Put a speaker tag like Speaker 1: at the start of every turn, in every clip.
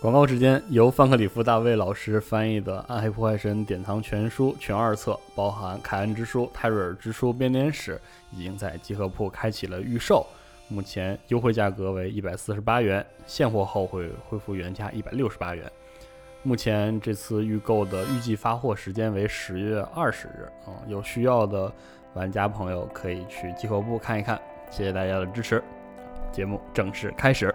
Speaker 1: 广告时间由范克里夫·大卫老师翻译的《暗黑破坏神典藏全书》全二册，包含凯恩之书、泰瑞尔之书编年史，已经在集合铺开启了预售，目前优惠价格为一百四十八元，现货后会恢复原价一百六十八元。目前这次预购的预计发货时间为十月二十日，啊、有需要的玩家朋友可以去集合部看一看。谢谢大家的支持，节目正式开始。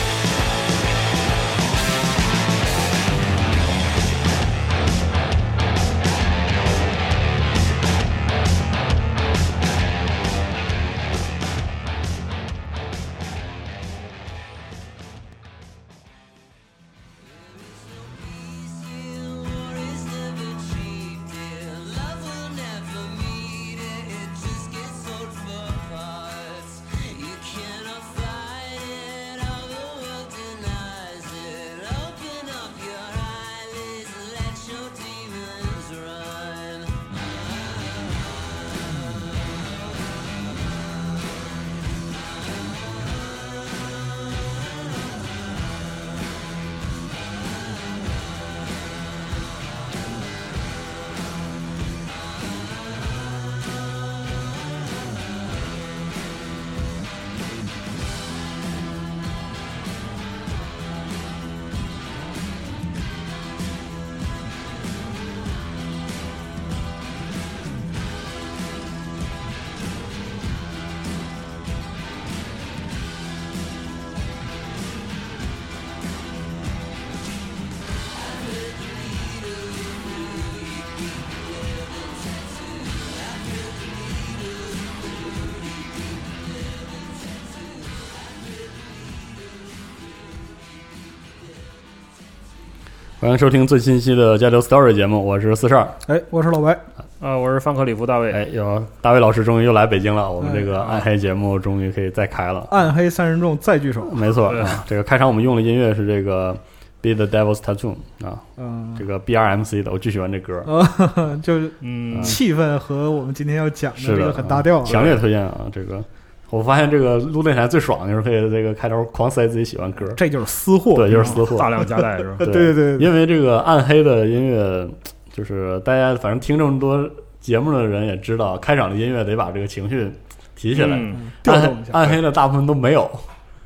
Speaker 1: 欢迎收听最新一期的《交流 Story》节目，我是四十二。
Speaker 2: 哎，我是老白，
Speaker 3: 啊，我是范克里夫大卫。
Speaker 1: 哎，有大卫老师终于又来北京了，我们这个
Speaker 2: 哎
Speaker 1: 暗黑节目终于可以再开了。
Speaker 2: 暗黑三人众再聚首。
Speaker 1: 没错，
Speaker 3: 对
Speaker 1: 啊这个开场我们用的音乐是这个《Be the Devil's Tattoo》啊，
Speaker 2: 嗯
Speaker 1: 这，个 BRMC 的，我最喜欢这歌，
Speaker 2: 呃，就是
Speaker 3: 嗯，
Speaker 2: 气氛和我们今天要讲
Speaker 1: 是
Speaker 2: 这
Speaker 1: 的，
Speaker 2: 个很搭调
Speaker 1: 啊。强烈推荐啊！这个我发现这个录电台最爽的就是可以这个开头狂塞自己喜欢歌，
Speaker 2: 这就是私货。
Speaker 1: 对，就是私货，
Speaker 3: 大量加带是吧？
Speaker 2: 呃 对对对，
Speaker 1: 因为这个暗黑的音乐，就是大家反正听这么多节目的人也知道，开场的音乐得把这个情绪提起来。
Speaker 3: 嗯
Speaker 2: 调
Speaker 1: 暗
Speaker 2: 动一
Speaker 1: 黑
Speaker 2: 下。
Speaker 1: 暗黑的大部分都没有，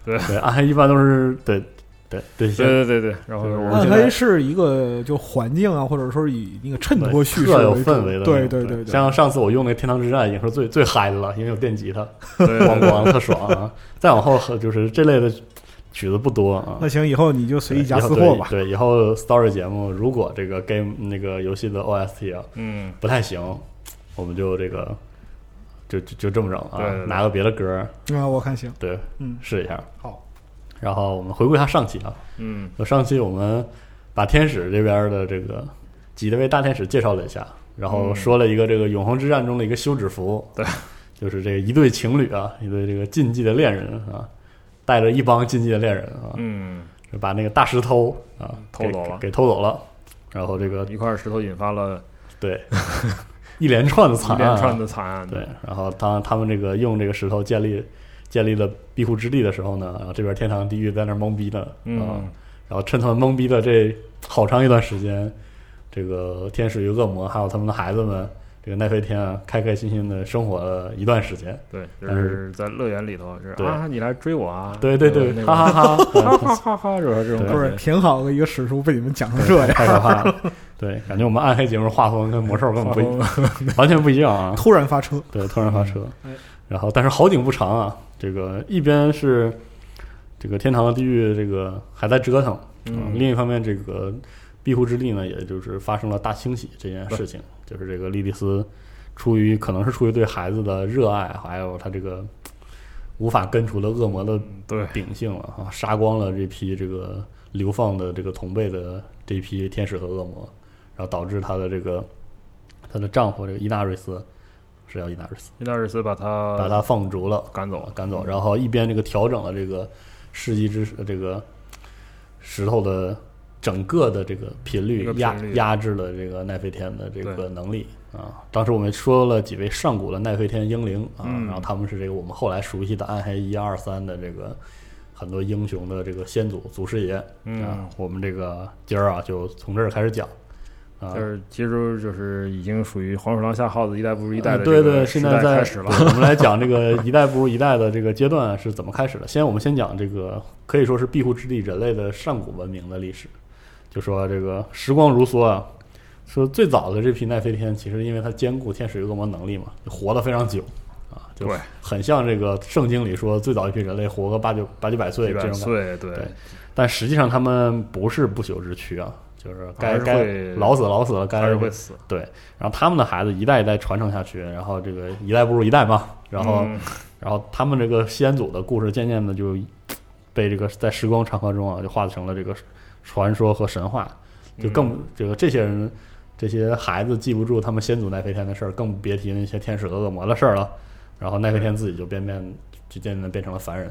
Speaker 3: 对
Speaker 1: 暗黑一般都是对对对
Speaker 3: 对对对对，然后
Speaker 1: 对
Speaker 3: 我
Speaker 1: 我
Speaker 3: 们
Speaker 2: 暗
Speaker 1: 现在
Speaker 2: 黑是一个就环境啊，或者说以那个衬托叙事
Speaker 1: 特有
Speaker 2: 为主
Speaker 1: 氛围的那种，
Speaker 2: 对
Speaker 1: 对
Speaker 2: 对对对，
Speaker 1: 像上次我用那个《天堂之战》已经是最最嗨的了，因为有电吉他，
Speaker 3: 对
Speaker 1: 咣
Speaker 3: 对
Speaker 1: 咣特爽啊！再往后就是这类的曲子不多啊
Speaker 2: 那。行，以后你就随意
Speaker 1: 对
Speaker 2: 加
Speaker 1: 哎以后
Speaker 2: 私货吧。
Speaker 1: 对。对，以后 story 节目如果这个 game 那个游戏的 OST 啊
Speaker 3: 嗯，
Speaker 1: 不太行，我们就这个就就就这么整啊，
Speaker 3: 对对对
Speaker 1: 拿个别的歌儿
Speaker 2: 啊，我看行，
Speaker 1: 对
Speaker 2: 嗯，
Speaker 1: 试一下。
Speaker 2: 好，
Speaker 1: 然后我们回顾一下上期啊，
Speaker 3: 嗯，
Speaker 1: 就上期我们把天使这边的这个几位大天使介绍了一下，然后
Speaker 3: 嗯
Speaker 1: 说了一个这个永恒之战中的一个休止符，
Speaker 3: 对，
Speaker 1: 就是这个一对情侣啊，一对这个禁忌的恋人啊，带着一帮禁忌的恋人啊，
Speaker 3: 嗯，
Speaker 1: 就把那个大石头啊
Speaker 3: 偷走了嗯
Speaker 1: 给给偷走了，然后这个
Speaker 3: 一块石头引发了
Speaker 1: 对 一连串的
Speaker 3: 一
Speaker 1: 惨
Speaker 3: 连
Speaker 1: 案
Speaker 3: 串
Speaker 1: 啊，
Speaker 3: 的惨案。
Speaker 1: 对，然后当他们这个用这个石头建立建立了庇护之地的时候呢，然后这边天堂地狱在那儿懵逼呢，啊
Speaker 3: 嗯，
Speaker 1: 然后趁他们懵逼的这好长一段时间，这个天使与恶魔还有他们的孩子们，这个奈飞天啊，开开心心的生活了一段时间。
Speaker 3: 对，就
Speaker 1: 但是
Speaker 3: 是在乐园里头，是
Speaker 1: 对
Speaker 3: 啊，你来追我啊，
Speaker 1: 对对
Speaker 3: 对
Speaker 1: 对
Speaker 3: 吧，那
Speaker 1: 哈
Speaker 3: 个
Speaker 1: 哈
Speaker 3: 哈
Speaker 1: 哈，
Speaker 3: 哈哈哈，是吧？这种
Speaker 1: 对
Speaker 2: 不是
Speaker 3: 感觉，
Speaker 2: 挺好的一个史书，被你们讲成这样，
Speaker 1: 太可怕了。对，感觉我们暗黑节目画风跟魔兽根本不一，完全不一样啊。
Speaker 2: 突然发车，
Speaker 1: 对，突然发车
Speaker 2: 哎。
Speaker 1: 然后，但是好景不长啊，这个一边是这个天堂和地狱这个还在折腾，啊
Speaker 3: 嗯
Speaker 1: 另一方面，这个庇护之地呢，也就是发生了大清洗这件事情，就是这个莉莉丝出于可能是出于对孩子的热爱，还有她这个无法根除的恶魔的
Speaker 3: 嗯对，
Speaker 1: 秉性了啊，杀光了这批这个流放的这个同辈的这批天使和恶魔，然后导致她的这个她的丈夫这个伊纳瑞斯是叫伊纳瑞斯，
Speaker 3: 伊纳瑞斯把他
Speaker 1: 把他放逐了，
Speaker 3: 赶走，
Speaker 1: 赶走，然后一边这个调整了这个世纪之呃这个石头的整个的这个频率
Speaker 3: 这个，频
Speaker 1: 压
Speaker 3: 率
Speaker 1: 压制了这个奈飞天的这个能力啊。当时我们说了几位上古的奈飞天英灵啊，
Speaker 3: 嗯
Speaker 1: 然后他们是这个我们后来熟悉的暗黑一二三的这个很多英雄的这个先祖祖师爷啊
Speaker 3: 嗯。
Speaker 1: 我们这个今儿啊就从这儿开始讲啊
Speaker 3: 就。是其实就是已经属于黄鼠狼下耗子一代不如一代
Speaker 1: 呃
Speaker 3: 的
Speaker 1: 对
Speaker 3: 这个
Speaker 1: 对，
Speaker 3: 时
Speaker 1: 现在
Speaker 3: 代
Speaker 1: 在
Speaker 3: 开始了，
Speaker 1: 对我们来讲这个一代不如一代的这个阶段是怎么开始的。先我们先讲这个可以说是庇护之地人类的上古文明的历史，就说这个时光如梭啊。说最早的这批奈飞天，其实因为它兼顾天使与恶魔能力嘛，就活得非常久啊，就
Speaker 3: 对
Speaker 1: 很像这个圣经里说最早一批人类活个八九八九百岁这
Speaker 3: 一
Speaker 1: 种
Speaker 3: 百
Speaker 1: 感觉。
Speaker 3: 岁，对
Speaker 1: 对但实际上他们不是不朽之躯啊，就是该
Speaker 3: 还是
Speaker 1: 该
Speaker 3: 会
Speaker 1: 老死老死了，该
Speaker 3: 还是会死。
Speaker 1: 对，然后他们的孩子一代一代传承下去，然后这个一代不如一代嘛，然后、
Speaker 3: 嗯
Speaker 1: 然后他们这个先祖的故事渐渐的就被这个在时光长河中啊，就化成了这个传说和神话，就更、
Speaker 3: 嗯
Speaker 1: 这个这些人这些孩子记不住他们先祖奈飞天的事儿，更别提那些天使和恶魔的事儿了。然后奈飞天自己就变变就渐渐的变成了凡人，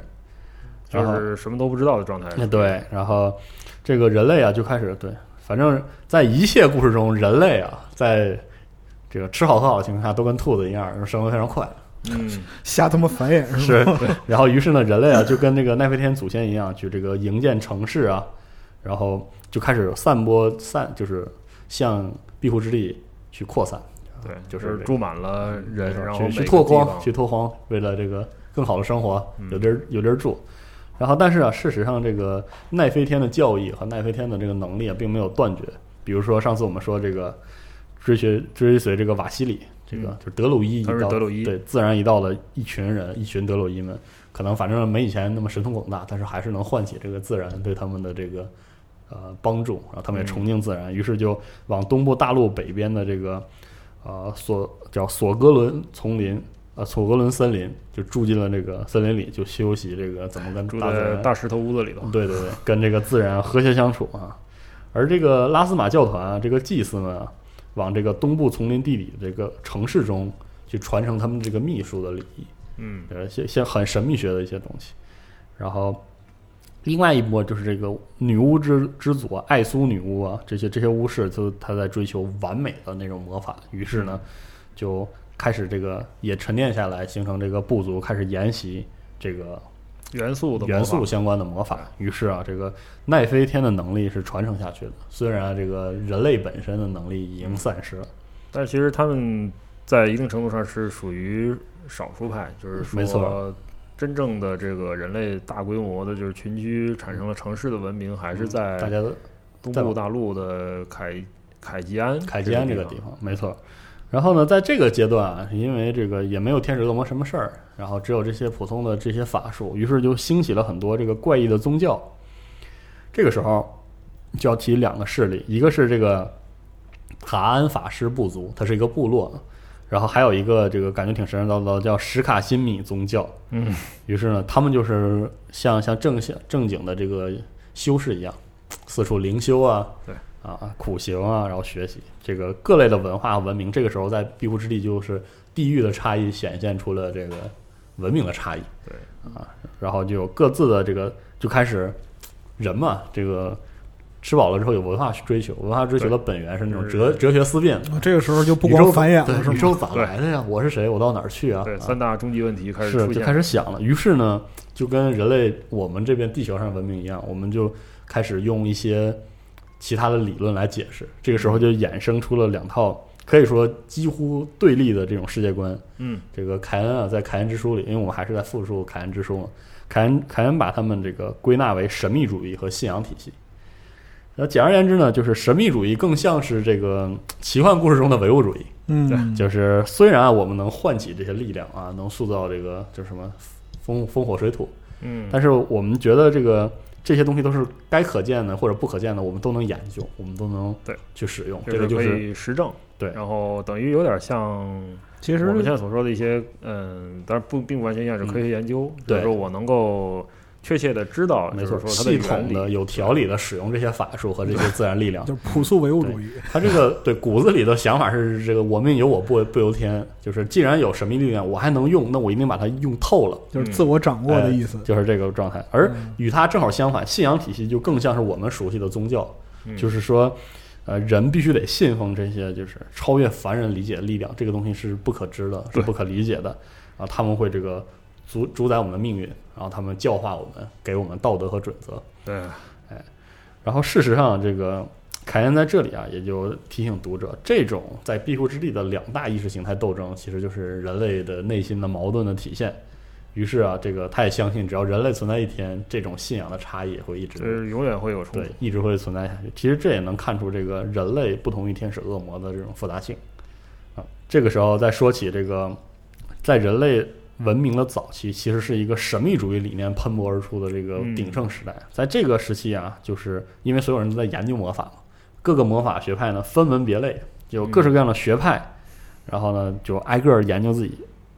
Speaker 1: 然
Speaker 3: 就
Speaker 1: 后
Speaker 3: 是什么都不知道的状态。
Speaker 1: 哎，对，然后这个人类啊，就开始对，反正在一切故事中，人类啊，在这个吃好喝好的情况下，都跟兔子一样，生活非常快。
Speaker 3: 嗯，
Speaker 2: 瞎他妈繁衍是吧？
Speaker 1: 然后，于是呢，人类啊，就跟这个奈飞天祖先一样，去这个营建城市啊，然后就开始散播散，就是向庇护之地去扩散，
Speaker 3: 对，
Speaker 1: 就
Speaker 3: 嗯
Speaker 1: 嗯
Speaker 3: 就是是住满了人，然后
Speaker 1: 去
Speaker 3: 每
Speaker 1: 去
Speaker 3: 个
Speaker 1: 拓
Speaker 3: 地
Speaker 1: 荒，
Speaker 3: 方
Speaker 1: 去拓荒，为了这个更好的生活，
Speaker 3: 嗯
Speaker 1: 有地儿有地儿住。然后，但是啊，事实上，这个奈飞天的教义和奈飞天的这个能力啊，并没有断绝。比如说，上次我们说这个追随追随这个瓦西里，这个、
Speaker 3: 嗯
Speaker 1: 就是德鲁伊一
Speaker 3: 他是
Speaker 1: 道，
Speaker 3: 德鲁伊
Speaker 1: 对自然一道的一群人，一群德鲁伊们，可能反正没以前那么神通广大，但是还是能唤起这个自然对他们的这个呃帮助，然后他们也
Speaker 3: 嗯
Speaker 1: 崇敬自然，于是就往东部大陆北边的这个呃索叫索格伦丛林。呃，索格伦森林就住进了这个森林里，就修习这个怎么跟
Speaker 3: 住
Speaker 1: 大自
Speaker 3: 在
Speaker 1: 然
Speaker 3: 大石头屋子里头。
Speaker 1: 对对对，跟这个自然和谐相处啊。而这个拉斯马教团啊，这个祭司们啊，往这个东部丛林地理这个城市中去传承他们这个秘术的礼仪，
Speaker 3: 嗯，
Speaker 1: 呃，一些一些很神秘学的一些东西。然后，另外一波就是这个女巫之之祖啊，艾苏女巫啊，这些这些巫师就她在追求完美的那种魔法，于是呢，就开始这个也沉淀下来，形成这个部族开始研习这个
Speaker 3: 元素的魔法
Speaker 1: 元素相关的魔法。于是啊，这个奈飞天的能力是传承下去的，虽然啊这个人类本身的能力已
Speaker 3: 嗯
Speaker 1: 经散失了。
Speaker 3: 但是其实他们在一定程度上是属于少数派，就是说
Speaker 1: 没错
Speaker 3: 真正的这个人类大规模的，就是群居产生了城市的文明，还是
Speaker 1: 嗯大
Speaker 3: 在
Speaker 1: 家都
Speaker 3: 东
Speaker 1: 在
Speaker 3: 部大陆的凯凯吉安
Speaker 1: 凯基安这个地
Speaker 3: 地方。
Speaker 1: 方，没错。然后呢，在这个阶段啊，因为这个也没有天使恶魔什么事儿，然后只有这些普通的这些法术，于是就兴起了很多这个怪异的宗教。这个时候就要提两个势力，一个是这个塔安法师部族，它是一个部落，啊然后还有一个这个感觉挺神神叨叨的叫史卡辛米宗教。
Speaker 3: 嗯，
Speaker 1: 于是呢，他们就是像像正像正经的这个修士一样，四处灵修啊，
Speaker 3: 对
Speaker 1: 啊，苦行啊，然后学习这个各类的文化文明。这个时候在庇护之地，就是地域的差异显现出了这个文明的差异。
Speaker 3: 对
Speaker 1: 啊，然后就有各自的这个就开始人嘛，这个吃饱了之后有文化追求，文化追求的本源是那种
Speaker 3: 就是
Speaker 1: 哲哲学思辨。
Speaker 2: 这个时候就不
Speaker 1: 宇宙
Speaker 2: 光繁衍
Speaker 1: 对
Speaker 2: 了，是
Speaker 1: 宇
Speaker 2: 吗？
Speaker 1: 宙咋来的呀？我是谁？我到哪儿去啊？
Speaker 3: 对，
Speaker 1: 啊
Speaker 3: 三大终极问题开始
Speaker 1: 是
Speaker 3: 出
Speaker 1: 就
Speaker 3: 现，
Speaker 1: 开始想了。于是呢，就跟人类我们这边地球上文明一样，我们就开始用一些其他的理论来解释。这个时候就衍生出了两套可以说几乎对立的这种世界观。
Speaker 3: 嗯，
Speaker 1: 这个凯恩啊，在《凯恩之书》里，因为我们还是在复述《凯恩之书》嘛，凯恩凯恩把他们这个归纳为神秘主义和信仰体系。那简而言之呢，就是神秘主义更像是这个奇幻故事中的唯物主义。
Speaker 2: 嗯，
Speaker 1: 就是虽然啊我们能唤起这些力量啊，能塑造这个就是什么风风火水土，
Speaker 3: 嗯，
Speaker 1: 但是我们觉得这个这些东西都是该可见的或者不可见的，我们都能研究，我们都能
Speaker 3: 对
Speaker 1: 去使用。这
Speaker 3: 这
Speaker 1: 个
Speaker 3: 个
Speaker 1: 就
Speaker 3: 可
Speaker 1: 是
Speaker 3: 以实证，
Speaker 1: 对
Speaker 3: 然后等于有点像
Speaker 2: 其
Speaker 3: 我们现
Speaker 2: 实
Speaker 3: 在所说的一些，嗯，当然不并不完全一样，是科学研究，
Speaker 1: 嗯对
Speaker 3: 就是说我能够确切的知道，
Speaker 1: 没
Speaker 3: 就
Speaker 1: 错
Speaker 3: 是，说它
Speaker 1: 系
Speaker 3: 原
Speaker 1: 统
Speaker 3: 理
Speaker 1: 的、有条理的使用这些法术和这些自然力 量
Speaker 2: 就。是朴素唯物主义，
Speaker 1: 他这个对骨子里的想法是这个“我命由我不不由天”，就是既然有神秘力量，我还能用，那我一定把它用透了，
Speaker 2: 就是自我掌
Speaker 1: 哎
Speaker 2: 握的意思。
Speaker 1: 就是这个状态。而
Speaker 2: 嗯
Speaker 1: 与它正好相反，信仰体系就更像是我们熟悉的宗教，
Speaker 3: 嗯
Speaker 1: 就是说，呃，人必须得信奉这些就是超越凡人理解的力量，这个东西是不可知的，是
Speaker 3: 对
Speaker 1: 不可理解的。然后他们会这个主主宰我们的命运，然后他们教化我们，给我们道德和准则。
Speaker 3: 对，
Speaker 1: 然后事实上，这个凯恩在这里啊，也就提醒读者，这种在庇护之地的两大意识形态斗争，其实就是人类的内心的矛盾的体现。于是啊，这个他也相信，只要人类存在一天，这种信仰的差异也会一直
Speaker 3: 就是永远会有冲
Speaker 1: 对
Speaker 3: 突。，
Speaker 1: 一直会存在下去。其实这也能看出这个人类不同于天使、恶魔的这种复杂性啊。这个时候再说起这个，在人类文明的早期，其实是一个神秘主义理念喷薄而出的这个
Speaker 3: 嗯
Speaker 1: 鼎盛时代。在这个时期啊，就是因为所有人都在研究魔法嘛，各个魔法学派呢分门别类，有各式各样的学派，然后呢就挨个儿研究自己。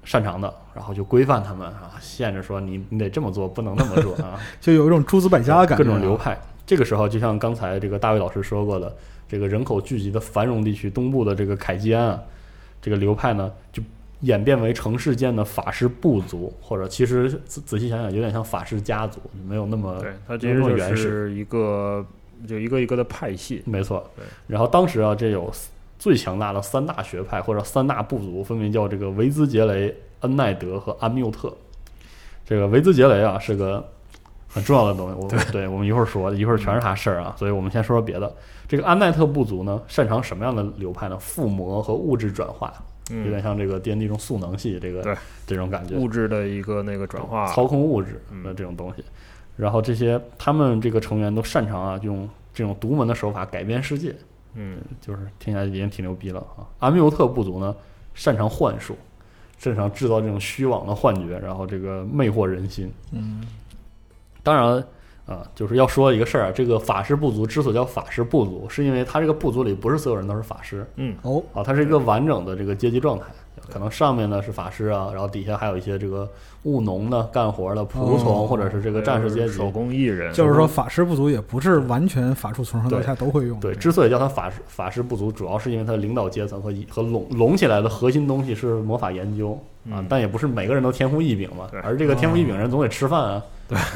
Speaker 1: 擅长的，然后就规范他们啊，限制说你你得这么做，不能那么做啊，
Speaker 2: 就有一种诸子百家的感觉，
Speaker 1: 各
Speaker 2: 啊
Speaker 1: 种流派。这个时候，就像刚才这个大卫老师说过的，这个人口聚集的繁荣地区东部的这个凯基安啊，这个流派呢，就演变为城市间的法师部族，或者其实仔仔细想想，有点像法师家族，没有那么
Speaker 3: 对，它其
Speaker 1: 没有
Speaker 3: 实
Speaker 1: 那么
Speaker 3: 就
Speaker 1: 呃原
Speaker 3: 是一个就一个一个的派系。
Speaker 1: 没错
Speaker 3: 对。
Speaker 1: 然后当时啊，这有最强大的三大学派或者三大部族，分别叫这个维兹杰雷、恩奈德和安缪特。这个维兹杰雷啊，是个很重要的东西，我对我们一会儿说，一会儿全是他事儿啊，
Speaker 3: 嗯
Speaker 1: 所以我们先说说别的。这个安奈特部族呢，擅长什么样的流派呢？附魔和物质转化，有点
Speaker 3: 嗯，
Speaker 1: 像这个 D N D 中速能系这个
Speaker 3: 对
Speaker 1: 这种感觉。
Speaker 3: 嗯物质的一个那个转化。
Speaker 1: 操控物质
Speaker 3: 嗯
Speaker 1: 的这种东西。然后这些他们这个成员都擅长啊，用这种独门的手法改变世界，
Speaker 3: 嗯，
Speaker 1: 就是听起来已经挺牛逼了啊。阿缪特部族呢，擅长幻术，擅长制造这种虚妄的幻觉，然后这个魅惑人心。
Speaker 2: 嗯，
Speaker 1: 当然，啊，就是要说一个事儿啊，这个法师部族之所以叫法师部族，是因为他这个部族里不是所有人都是法师，
Speaker 2: 哦，
Speaker 1: 啊，它是一个完整的这个阶级状态，可能上面呢是法师啊，然后底下还有一些这个务农的、干活的、仆从、
Speaker 2: 哦
Speaker 1: 或者是这个战士阶级
Speaker 3: 手。工艺人，
Speaker 2: 就是说法师不足也不是完全法术从上到下都会
Speaker 3: 嗯
Speaker 2: 用，
Speaker 1: 对，之所以叫它法师法师部族，主要是因为它的领导阶层和一和拢拢起来的核心东西是魔法研究啊
Speaker 3: 嗯，
Speaker 1: 但也不是每个人都天赋异禀嘛
Speaker 3: 对，
Speaker 1: 而这个天赋异禀人总得吃饭啊，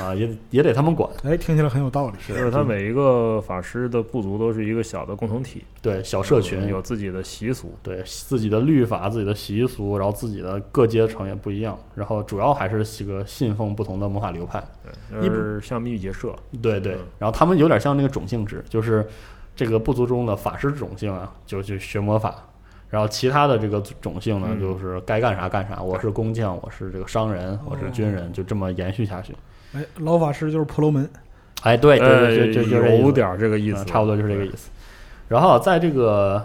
Speaker 1: 啊也也得他们管，
Speaker 2: 哎，听起来很有道理。
Speaker 3: 就是
Speaker 1: 嗯
Speaker 3: 他每一个法师的部族都是一个小的共同体，呃
Speaker 1: 对小社群
Speaker 3: 嗯有自己的习俗。
Speaker 1: 对自己的律法、自己的习俗，然后自己的各阶层也不一样，然后主要还是这个信奉不同的魔法流派。
Speaker 3: 对，就是像秘密结社，
Speaker 1: 对对
Speaker 3: 嗯，
Speaker 1: 然后他们有点像那个种姓制，就是这个部族中的法师种姓啊，就去学魔法，然后其他的这个种姓呢，
Speaker 3: 嗯
Speaker 1: 就是该干啥干啥。我是工匠，我是这个商人，我是军
Speaker 3: 哦
Speaker 1: 人，就这么延续下去。
Speaker 2: 哎，老法师就是婆罗门，
Speaker 1: 哎，对，对对，就就
Speaker 3: 呃
Speaker 1: 就这意思
Speaker 3: 有点儿这个意思，
Speaker 1: 嗯差不多就是这个意思。然后在这个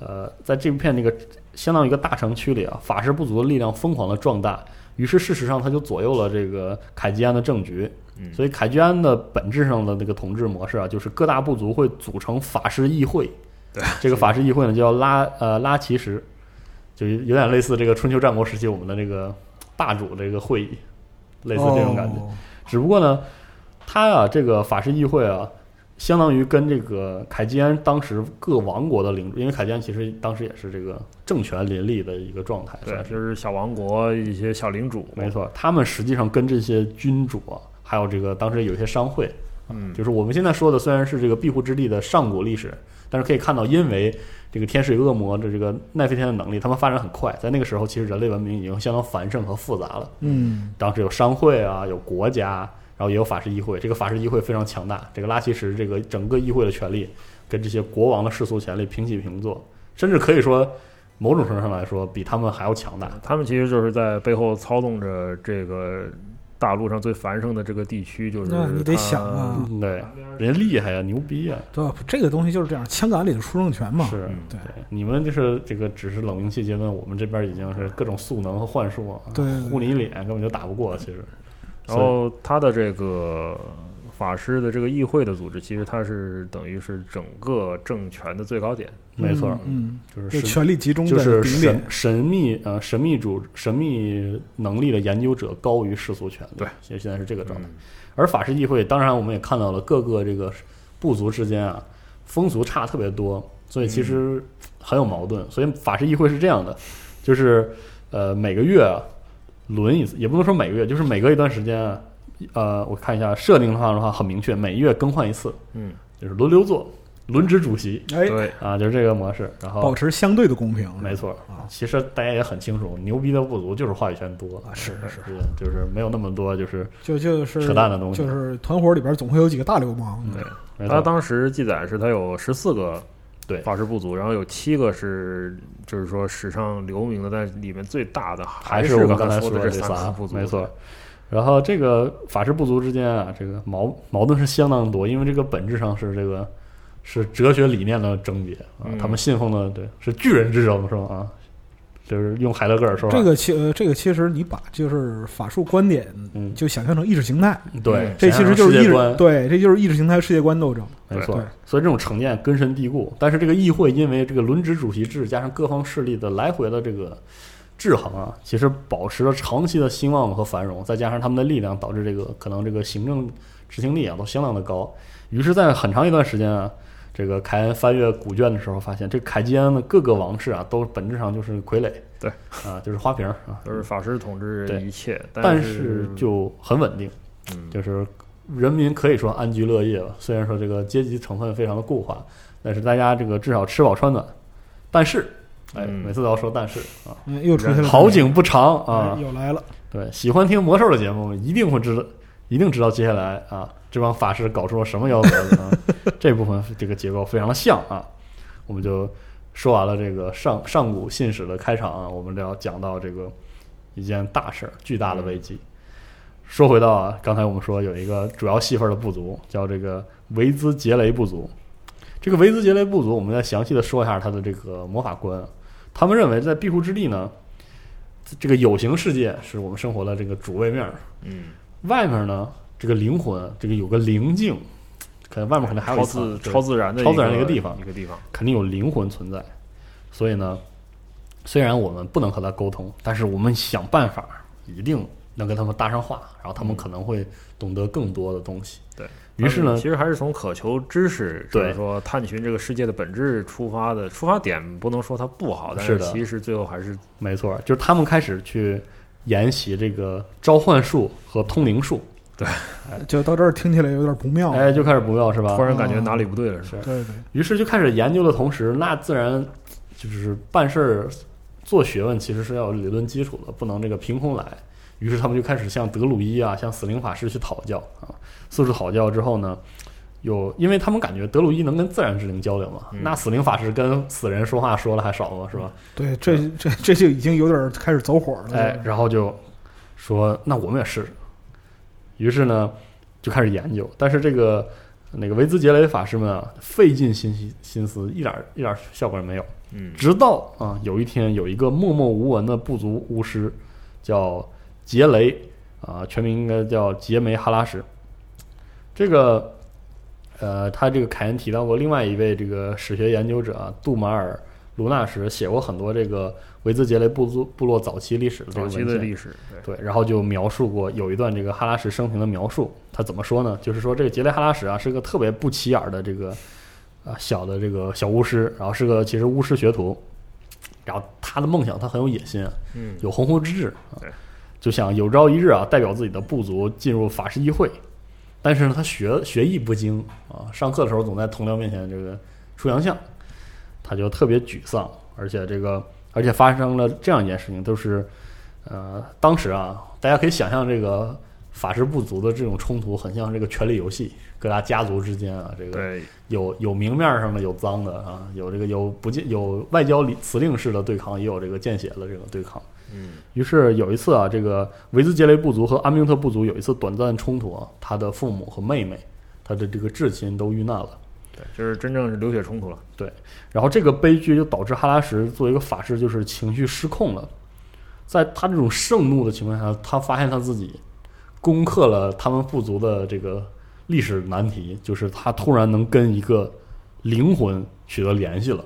Speaker 1: 呃，在这片那个相当于一个大城区里啊，法师部族的力量疯狂的壮大，于是事实上它就左右了这个凯基安的政局。
Speaker 3: 嗯
Speaker 1: 所以凯基安的本质上的那个统治模式啊，就是各大部族会组成法师议会。
Speaker 3: 对，
Speaker 1: 这个法师议会呢叫拉呃拉奇什，就有点类似这个春秋战国时期我们的这个霸主这个会议，类似这种感觉。
Speaker 2: 哦
Speaker 1: 只不过呢，他啊，这个法师议会啊，相当于跟这个凯基安当时各王国的领主，因为凯基安其实当时也是这个政权林立的一个状态，
Speaker 3: 对，
Speaker 1: 算是
Speaker 3: 就是小王国一些小领主，
Speaker 1: 没，错。他们实际上跟这些君主啊，还有这个当时有一些商会，
Speaker 3: 嗯，
Speaker 1: 就是我们现在说的虽然是这个庇护之地的上古历史，但是可以看到，因为这个天使与恶魔的这个奈飞天的能力，他们发展很快，在那个时候，其实人类文明已经相当繁盛和复杂了。
Speaker 2: 嗯，
Speaker 1: 当时有商会啊，有国家，然后也有法师议会。这个法师议会非常强大，这个拉奇什这个整个议会的权力跟这些国王的世俗权力平起平坐，甚至可以说某种程度上来说比他们还要强大。
Speaker 3: 他们其实就是在背后操纵着这个大陆上最繁盛的这个地区，就是
Speaker 2: 那你得
Speaker 3: 它
Speaker 2: 想啊，
Speaker 1: 嗯对，人家厉害呀、牛逼呀、啊
Speaker 2: 对吧？这个东西就是这样，枪杆里的出政权嘛。
Speaker 1: 是。
Speaker 3: 嗯
Speaker 2: 对
Speaker 1: 对你们就是这个只是冷兵器阶段，我们这边已经是各种速能和幻术啊，
Speaker 2: 对
Speaker 1: 糊你脸根本就打不过，其实。
Speaker 3: 然后他的这个法师的这个议会的组织，其实它是等于是整个政权的最高点，
Speaker 1: 没错，
Speaker 2: 嗯，
Speaker 3: 就是
Speaker 2: 就
Speaker 3: 神
Speaker 2: 权力集中
Speaker 1: 就
Speaker 2: 在
Speaker 1: 是
Speaker 2: 顶
Speaker 1: 神
Speaker 2: 点，
Speaker 1: 神秘呃神秘主神秘能力的研究者高于世俗权力，
Speaker 3: 对，
Speaker 1: 其实现在是这个状态。
Speaker 3: 嗯
Speaker 1: 而法师议会，当然我们也看到了各个这个呃部族之间啊，风俗差特别多，所以其实很有矛盾。所以法师议会是这样的，就是呃每个月啊轮一次，也不能说每个月，就是每隔一段时间啊，呃，我看一下设定的话的话很明确，每月更换一次，
Speaker 3: 嗯，
Speaker 1: 就是轮流做，轮值主席
Speaker 2: 哎，
Speaker 3: 对，
Speaker 1: 啊，就是这个模式。然后
Speaker 2: 保持相对的公平，
Speaker 1: 没错
Speaker 2: 啊，
Speaker 1: 其实大家也很清楚，牛逼的部族就是话语权多
Speaker 2: 啊，是是是，
Speaker 1: 是就是没有那么多就是
Speaker 2: 就就是
Speaker 1: 扯淡的东西嗯
Speaker 2: 就是团伙里边总会有几个大流氓，
Speaker 3: 对
Speaker 1: 没
Speaker 2: 啊
Speaker 3: 他
Speaker 1: 错
Speaker 3: 当时记载是他有十四个
Speaker 1: 对
Speaker 3: 法师部族，然后有七个是就是说史上留名的，但是里面最大的还
Speaker 1: 还是我们
Speaker 3: 刚
Speaker 1: 刚才
Speaker 3: 说
Speaker 1: 说
Speaker 3: 的
Speaker 1: 的
Speaker 3: 这三
Speaker 1: 仨
Speaker 3: 个部，族，
Speaker 1: 没错。然后这个法师部族之间啊，这个矛矛盾是相当多，因为这个本质上是这个是哲学理念的争别啊，
Speaker 3: 嗯
Speaker 1: 他们信奉的对是巨人之争是吧？啊，就是用海德格尔说法
Speaker 2: 这个其呃这个其实你把就是法术观点
Speaker 1: 嗯，
Speaker 2: 就想象成意识形态，
Speaker 1: 对
Speaker 3: 嗯，
Speaker 2: 这其实就是
Speaker 1: 世
Speaker 2: 意
Speaker 1: 界
Speaker 2: 识
Speaker 1: 观
Speaker 2: 对，这就是意识形态世界观斗争，
Speaker 1: 没错
Speaker 2: 对，
Speaker 1: 所以这种成见根深蒂固。但是这个议会因为这个轮值主席制加上各方势力的来回的这个制衡啊，其实保持了长期的兴旺和繁荣，再加上他们的力量，导致这个可能这个行政执行力啊都相当的高。于是，在很长一段时间啊，这个凯恩翻阅古卷的时候，发现这凯基安的各个王室啊，都本质上就是傀儡，
Speaker 3: 对
Speaker 1: 啊，就是花瓶儿啊，
Speaker 3: 都是法师统治
Speaker 1: 对
Speaker 3: 一切，
Speaker 1: 但
Speaker 3: 是
Speaker 1: 是就很稳定。
Speaker 3: 嗯
Speaker 1: 就是人民可以说安居乐业吧。虽然说这个阶级成分非常的固化，但是大家这个至少吃饱穿暖。但是，哎，
Speaker 3: 嗯
Speaker 1: 每次都要说但是啊，
Speaker 2: 嗯，又出现了
Speaker 1: 好景不长啊
Speaker 2: 哎。又来了，
Speaker 1: 对，喜欢听魔兽的节目，一定会知道，一定知道接下来啊，这帮法师搞出了什么幺蛾子啊。这部分这个结构非常的像啊。我们就说完了这个上上古信史的开场啊，我们聊讲到这个一件大事儿，巨大的危机。说回到啊，刚才我们说有一个主要戏份儿的部族叫这个维兹杰雷部族。这个维兹杰雷部族，我们再详细的说一下他的这个魔法观啊。他们认为在庇护之地呢，这个有形世界是我们生活的这个主位面儿，
Speaker 3: 嗯，
Speaker 1: 外面呢这个灵魂，这个有个灵境，可能外面可能还有
Speaker 3: 超
Speaker 1: 一层
Speaker 3: 自
Speaker 1: 对
Speaker 3: 超自然的
Speaker 1: 超自然的一
Speaker 3: 一
Speaker 1: 个地方
Speaker 3: 一个地方，
Speaker 1: 肯定有灵魂存在。所以呢，虽然我们不能和他沟通，但是我们想办法，一定能跟他们搭上话，然后他们
Speaker 3: 嗯
Speaker 1: 可能会懂得更多的东西。
Speaker 3: 对
Speaker 1: 于是
Speaker 3: 它
Speaker 1: 呢
Speaker 3: 其，实还是从渴求知识，
Speaker 1: 对
Speaker 3: 就是说探寻这个世界的本质出发的，出发点不能说它不好，但
Speaker 1: 是
Speaker 3: 是
Speaker 1: 的
Speaker 3: 其实最后还是
Speaker 1: 没错，就是他们开始去研习这个召唤术和通灵术，
Speaker 2: 就到这儿听起来有点不妙，
Speaker 1: 啊哎，就开始不妙是吧
Speaker 3: 突？然感觉哪里不对了，
Speaker 1: 啊是
Speaker 3: 是吧？
Speaker 2: 对对，
Speaker 1: 于是就开始研究的同时，那自然就是办事儿、做学问，其实是要有理论基础的，不能这个凭空来。于是他们就开始向德鲁伊啊、向死灵法师去讨教啊。四处讨教之后呢，有因为他们感觉德鲁伊能跟自然之灵交流嘛，
Speaker 3: 嗯
Speaker 1: 那死灵法师跟死人说话说了还少吗？是吧？
Speaker 2: 对，这这这就已经有点开始走火了。
Speaker 1: 嗯哎，然后就说那我们也试试。于是呢，就开始研究。但是这个那个维兹杰雷法师们啊，费尽心思心思，一点儿一点儿效果也没有。
Speaker 3: 嗯，
Speaker 1: 直到啊，有一天有一个默默无闻的部族巫师，叫杰雷啊，全名应该叫杰梅哈拉什。这个呃，他这个凯恩提到过，另外一位这个史学研究者啊，杜马尔卢纳什写过很多这个维兹杰雷部族部落早期历史的这个
Speaker 3: 早
Speaker 1: 文
Speaker 3: 期
Speaker 1: 献。
Speaker 3: 的历史，对，
Speaker 1: 对，然后就描述过有一段这个哈拉什生平的描述，他怎么说呢？就是说这个杰雷哈拉什啊是个特别不起眼儿的这个啊小的这个小巫师，然后是个其实巫师学徒，然后他的梦想他很有野心，啊
Speaker 3: 嗯，
Speaker 1: 有鸿鹄之志啊
Speaker 3: 对，
Speaker 1: 就想有朝一日啊代表自己的部族进入法师议会，但是呢他学学艺不精啊，上课的时候总在同僚面前这个出洋相，他就特别沮丧，而且这个而且发生了这样一件事情，就是。呃，当时啊，大家可以想象这个法师部族的这种冲突，很像这个权力游戏，各大家族之间啊，这个
Speaker 3: 对，
Speaker 1: 有有明面上的，有脏的啊，有这个有不见有外交里辞令式的对抗，也有这个见血的这种对抗。
Speaker 3: 嗯
Speaker 1: 于是有一次啊，这个维兹杰雷部族和安明特部族有一次短暂冲突啊，他的父母和妹妹，他的这个至亲都遇难了。，
Speaker 3: 对，就是真正是流血冲突了，
Speaker 1: 然后这个悲剧就导致哈拉什作为一个法师，就是情绪失控了。在他这种盛怒的情况下，他发现他自己攻克了他们部族的这个历史难题，就是他突然能跟一个灵魂取得联系了，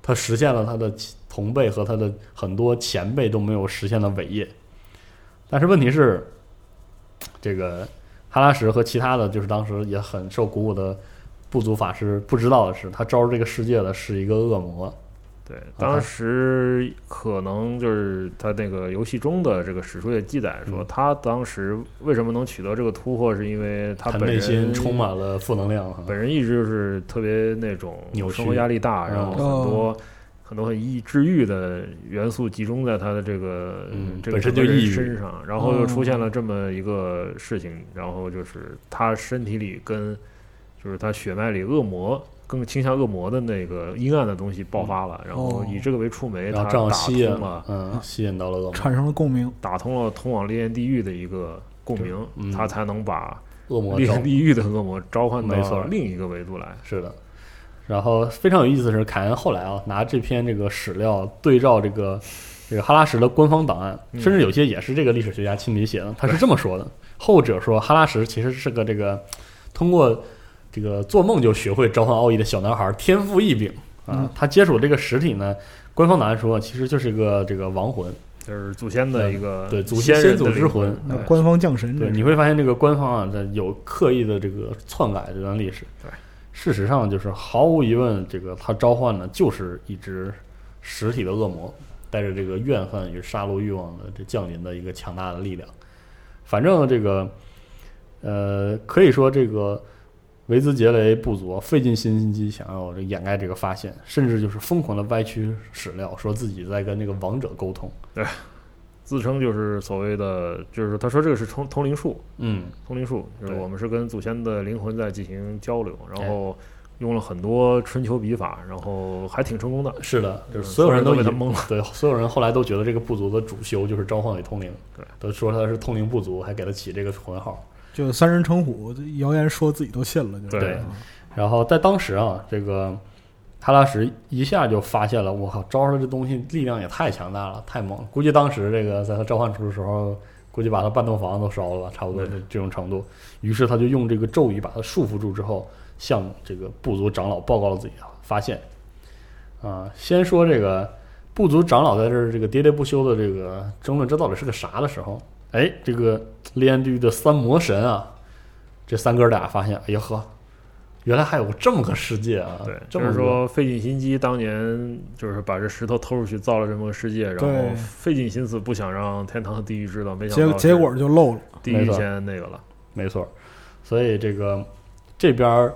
Speaker 1: 他实现了他的同辈和他的很多前辈都没有实现的伟业。但是问题是，这个哈拉什和其他的就是当时也很受鼓舞的部族法师不知道的是，他招这个世界的是一个恶魔。
Speaker 3: 对，
Speaker 1: 啊
Speaker 3: 当时可能就是他那个游戏中的这个史书也记载说，
Speaker 1: 嗯
Speaker 3: 他当时为什么能取得这个突破，是因为他
Speaker 1: 他
Speaker 3: 本
Speaker 1: 内心
Speaker 3: 人
Speaker 1: 充满了负能量哈。
Speaker 3: 本人一直就是特别那种
Speaker 1: 扭曲
Speaker 3: 生活压力大，
Speaker 1: 嗯
Speaker 3: 然后很多很多很抑治愈的元素集中在他的这个
Speaker 1: 嗯
Speaker 3: 这个
Speaker 1: 本身就
Speaker 3: 整个人
Speaker 1: 抑郁
Speaker 3: 身上，然后又出现了这么一个事情，然后就是他身体里跟就是他血脉里恶魔。更倾向恶魔的那个阴暗的东西爆发了，然后
Speaker 2: 哦
Speaker 3: 以这个为触媒，
Speaker 1: 然
Speaker 3: 他
Speaker 1: 后
Speaker 3: 打
Speaker 1: 这样吸引
Speaker 3: 通了，
Speaker 1: 嗯，吸引到了恶魔。
Speaker 2: 产生了共
Speaker 1: 哎
Speaker 2: 鸣。
Speaker 3: 打通了通往烈焰地狱的一个共鸣，
Speaker 1: 嗯
Speaker 3: 他才能把
Speaker 1: 恶 魔
Speaker 3: 烈
Speaker 1: 找
Speaker 3: 焰地狱的恶魔召唤
Speaker 1: 没错
Speaker 3: 到另一个维度来。
Speaker 1: 是的。然后非常有意思的是，凯恩后来啊，拿这篇这个史料对照这个这个哈拉什的官方档案，
Speaker 3: 嗯
Speaker 1: 甚至有些也是这个历史学家亲笔写的，他是这么说的：后者说哈拉什其实是个这个通过这个做梦就学会召唤奥义的小男孩，天赋异禀啊
Speaker 2: 嗯。
Speaker 1: 他接触这个实体呢，官方档案说其实就是一个这个亡魂，
Speaker 3: 就是祖先的一个
Speaker 1: 嗯对祖
Speaker 3: 先
Speaker 1: 先
Speaker 3: 人
Speaker 1: 祖
Speaker 3: 的
Speaker 1: 之
Speaker 3: 灵哎
Speaker 1: 魂
Speaker 2: 那
Speaker 3: 对
Speaker 2: 官方降神这
Speaker 1: 对，
Speaker 2: 是，
Speaker 1: 你会发现这个官方啊，这有刻意的这个篡改这段历史。
Speaker 3: 对，
Speaker 1: 事实上就是毫无疑问，这个他召唤的就是一只实体的恶魔，带着这个怨恨与杀戮欲望的这降临的一个强大的力量。反正这个，呃，可以说这个维兹杰雷部族啊费尽心机想要这掩盖这个发现，甚至就是疯狂的歪曲史料，说自己在跟这个王者沟通。
Speaker 3: 自称就是所谓的，就是他说这个是通通灵术，
Speaker 1: 嗯，
Speaker 3: 通灵术就是
Speaker 1: 对哎
Speaker 3: 我们是跟祖先的灵魂在进行交流，然后用了很多春秋笔法，然后还挺成功的。
Speaker 1: 是的，就是
Speaker 3: 嗯
Speaker 1: 所有人都
Speaker 3: 所有人都被
Speaker 1: 以
Speaker 3: 他蒙了。
Speaker 1: 对，所有人后来都觉得这个部族的主修就是召唤与通灵，
Speaker 3: 对，
Speaker 1: 都说他是通灵部族，还给他起这个魂号。
Speaker 2: 就三人成虎，谣言说自己都信了，就是
Speaker 3: 对
Speaker 2: 啊
Speaker 1: 然后在当时啊，这个哈拉什一下就发现了，我靠，招出来这东西力量也太强大了，太猛了。估计当时这个在他召唤出的时候，估计把他半栋房子都烧了吧，差不多这这种程度。于是他就用这个咒语把他束缚住之后，向这个部族长老报告了自己的发现。啊，先说这个部族长老在这儿这个喋喋不休的这个争论这到底是个啥的时候，哎，这个烈焰地狱的三魔神啊，这三哥俩发现，哎呀呵，原来还有这么个世界啊！
Speaker 3: 对，
Speaker 1: 这
Speaker 3: 就
Speaker 1: 么个
Speaker 3: 是说费尽心机，当年就是把这石头偷出去造了这么个世界，然后
Speaker 2: 对
Speaker 3: 费尽心思不想让天堂和地狱知道，没想
Speaker 2: 结
Speaker 3: 到
Speaker 2: 结果就漏了。
Speaker 3: 地
Speaker 1: 没
Speaker 3: 狱
Speaker 1: 错
Speaker 3: 先那个了。
Speaker 1: 没错，所以这个这边儿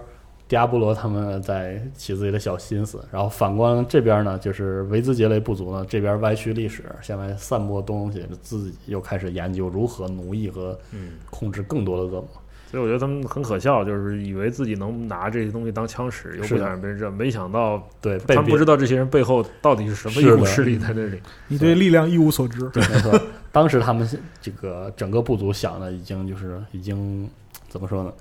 Speaker 1: 迪亚波罗他们在起自己的小心思，然后反观这边呢，就是维兹杰雷部族呢，这边歪曲历史，向外散播东西，自己又开始研究如何奴役和
Speaker 3: 嗯，
Speaker 1: 控制更多的恶魔。
Speaker 3: 所以我觉得他们很可笑，就是以为自己能拿这些东西当枪使，又
Speaker 1: 是
Speaker 3: 不
Speaker 1: 的
Speaker 3: 想让别人知道，没想到
Speaker 1: 对，被
Speaker 3: 他们不
Speaker 1: 别
Speaker 3: 知道这些人背后到底是什么
Speaker 1: 是
Speaker 3: 一股
Speaker 1: 的
Speaker 3: 势力在那里。
Speaker 2: 你对力量一无所知，
Speaker 1: 没错， 当时他们这个整个部族想的已经就是已经怎么说呢？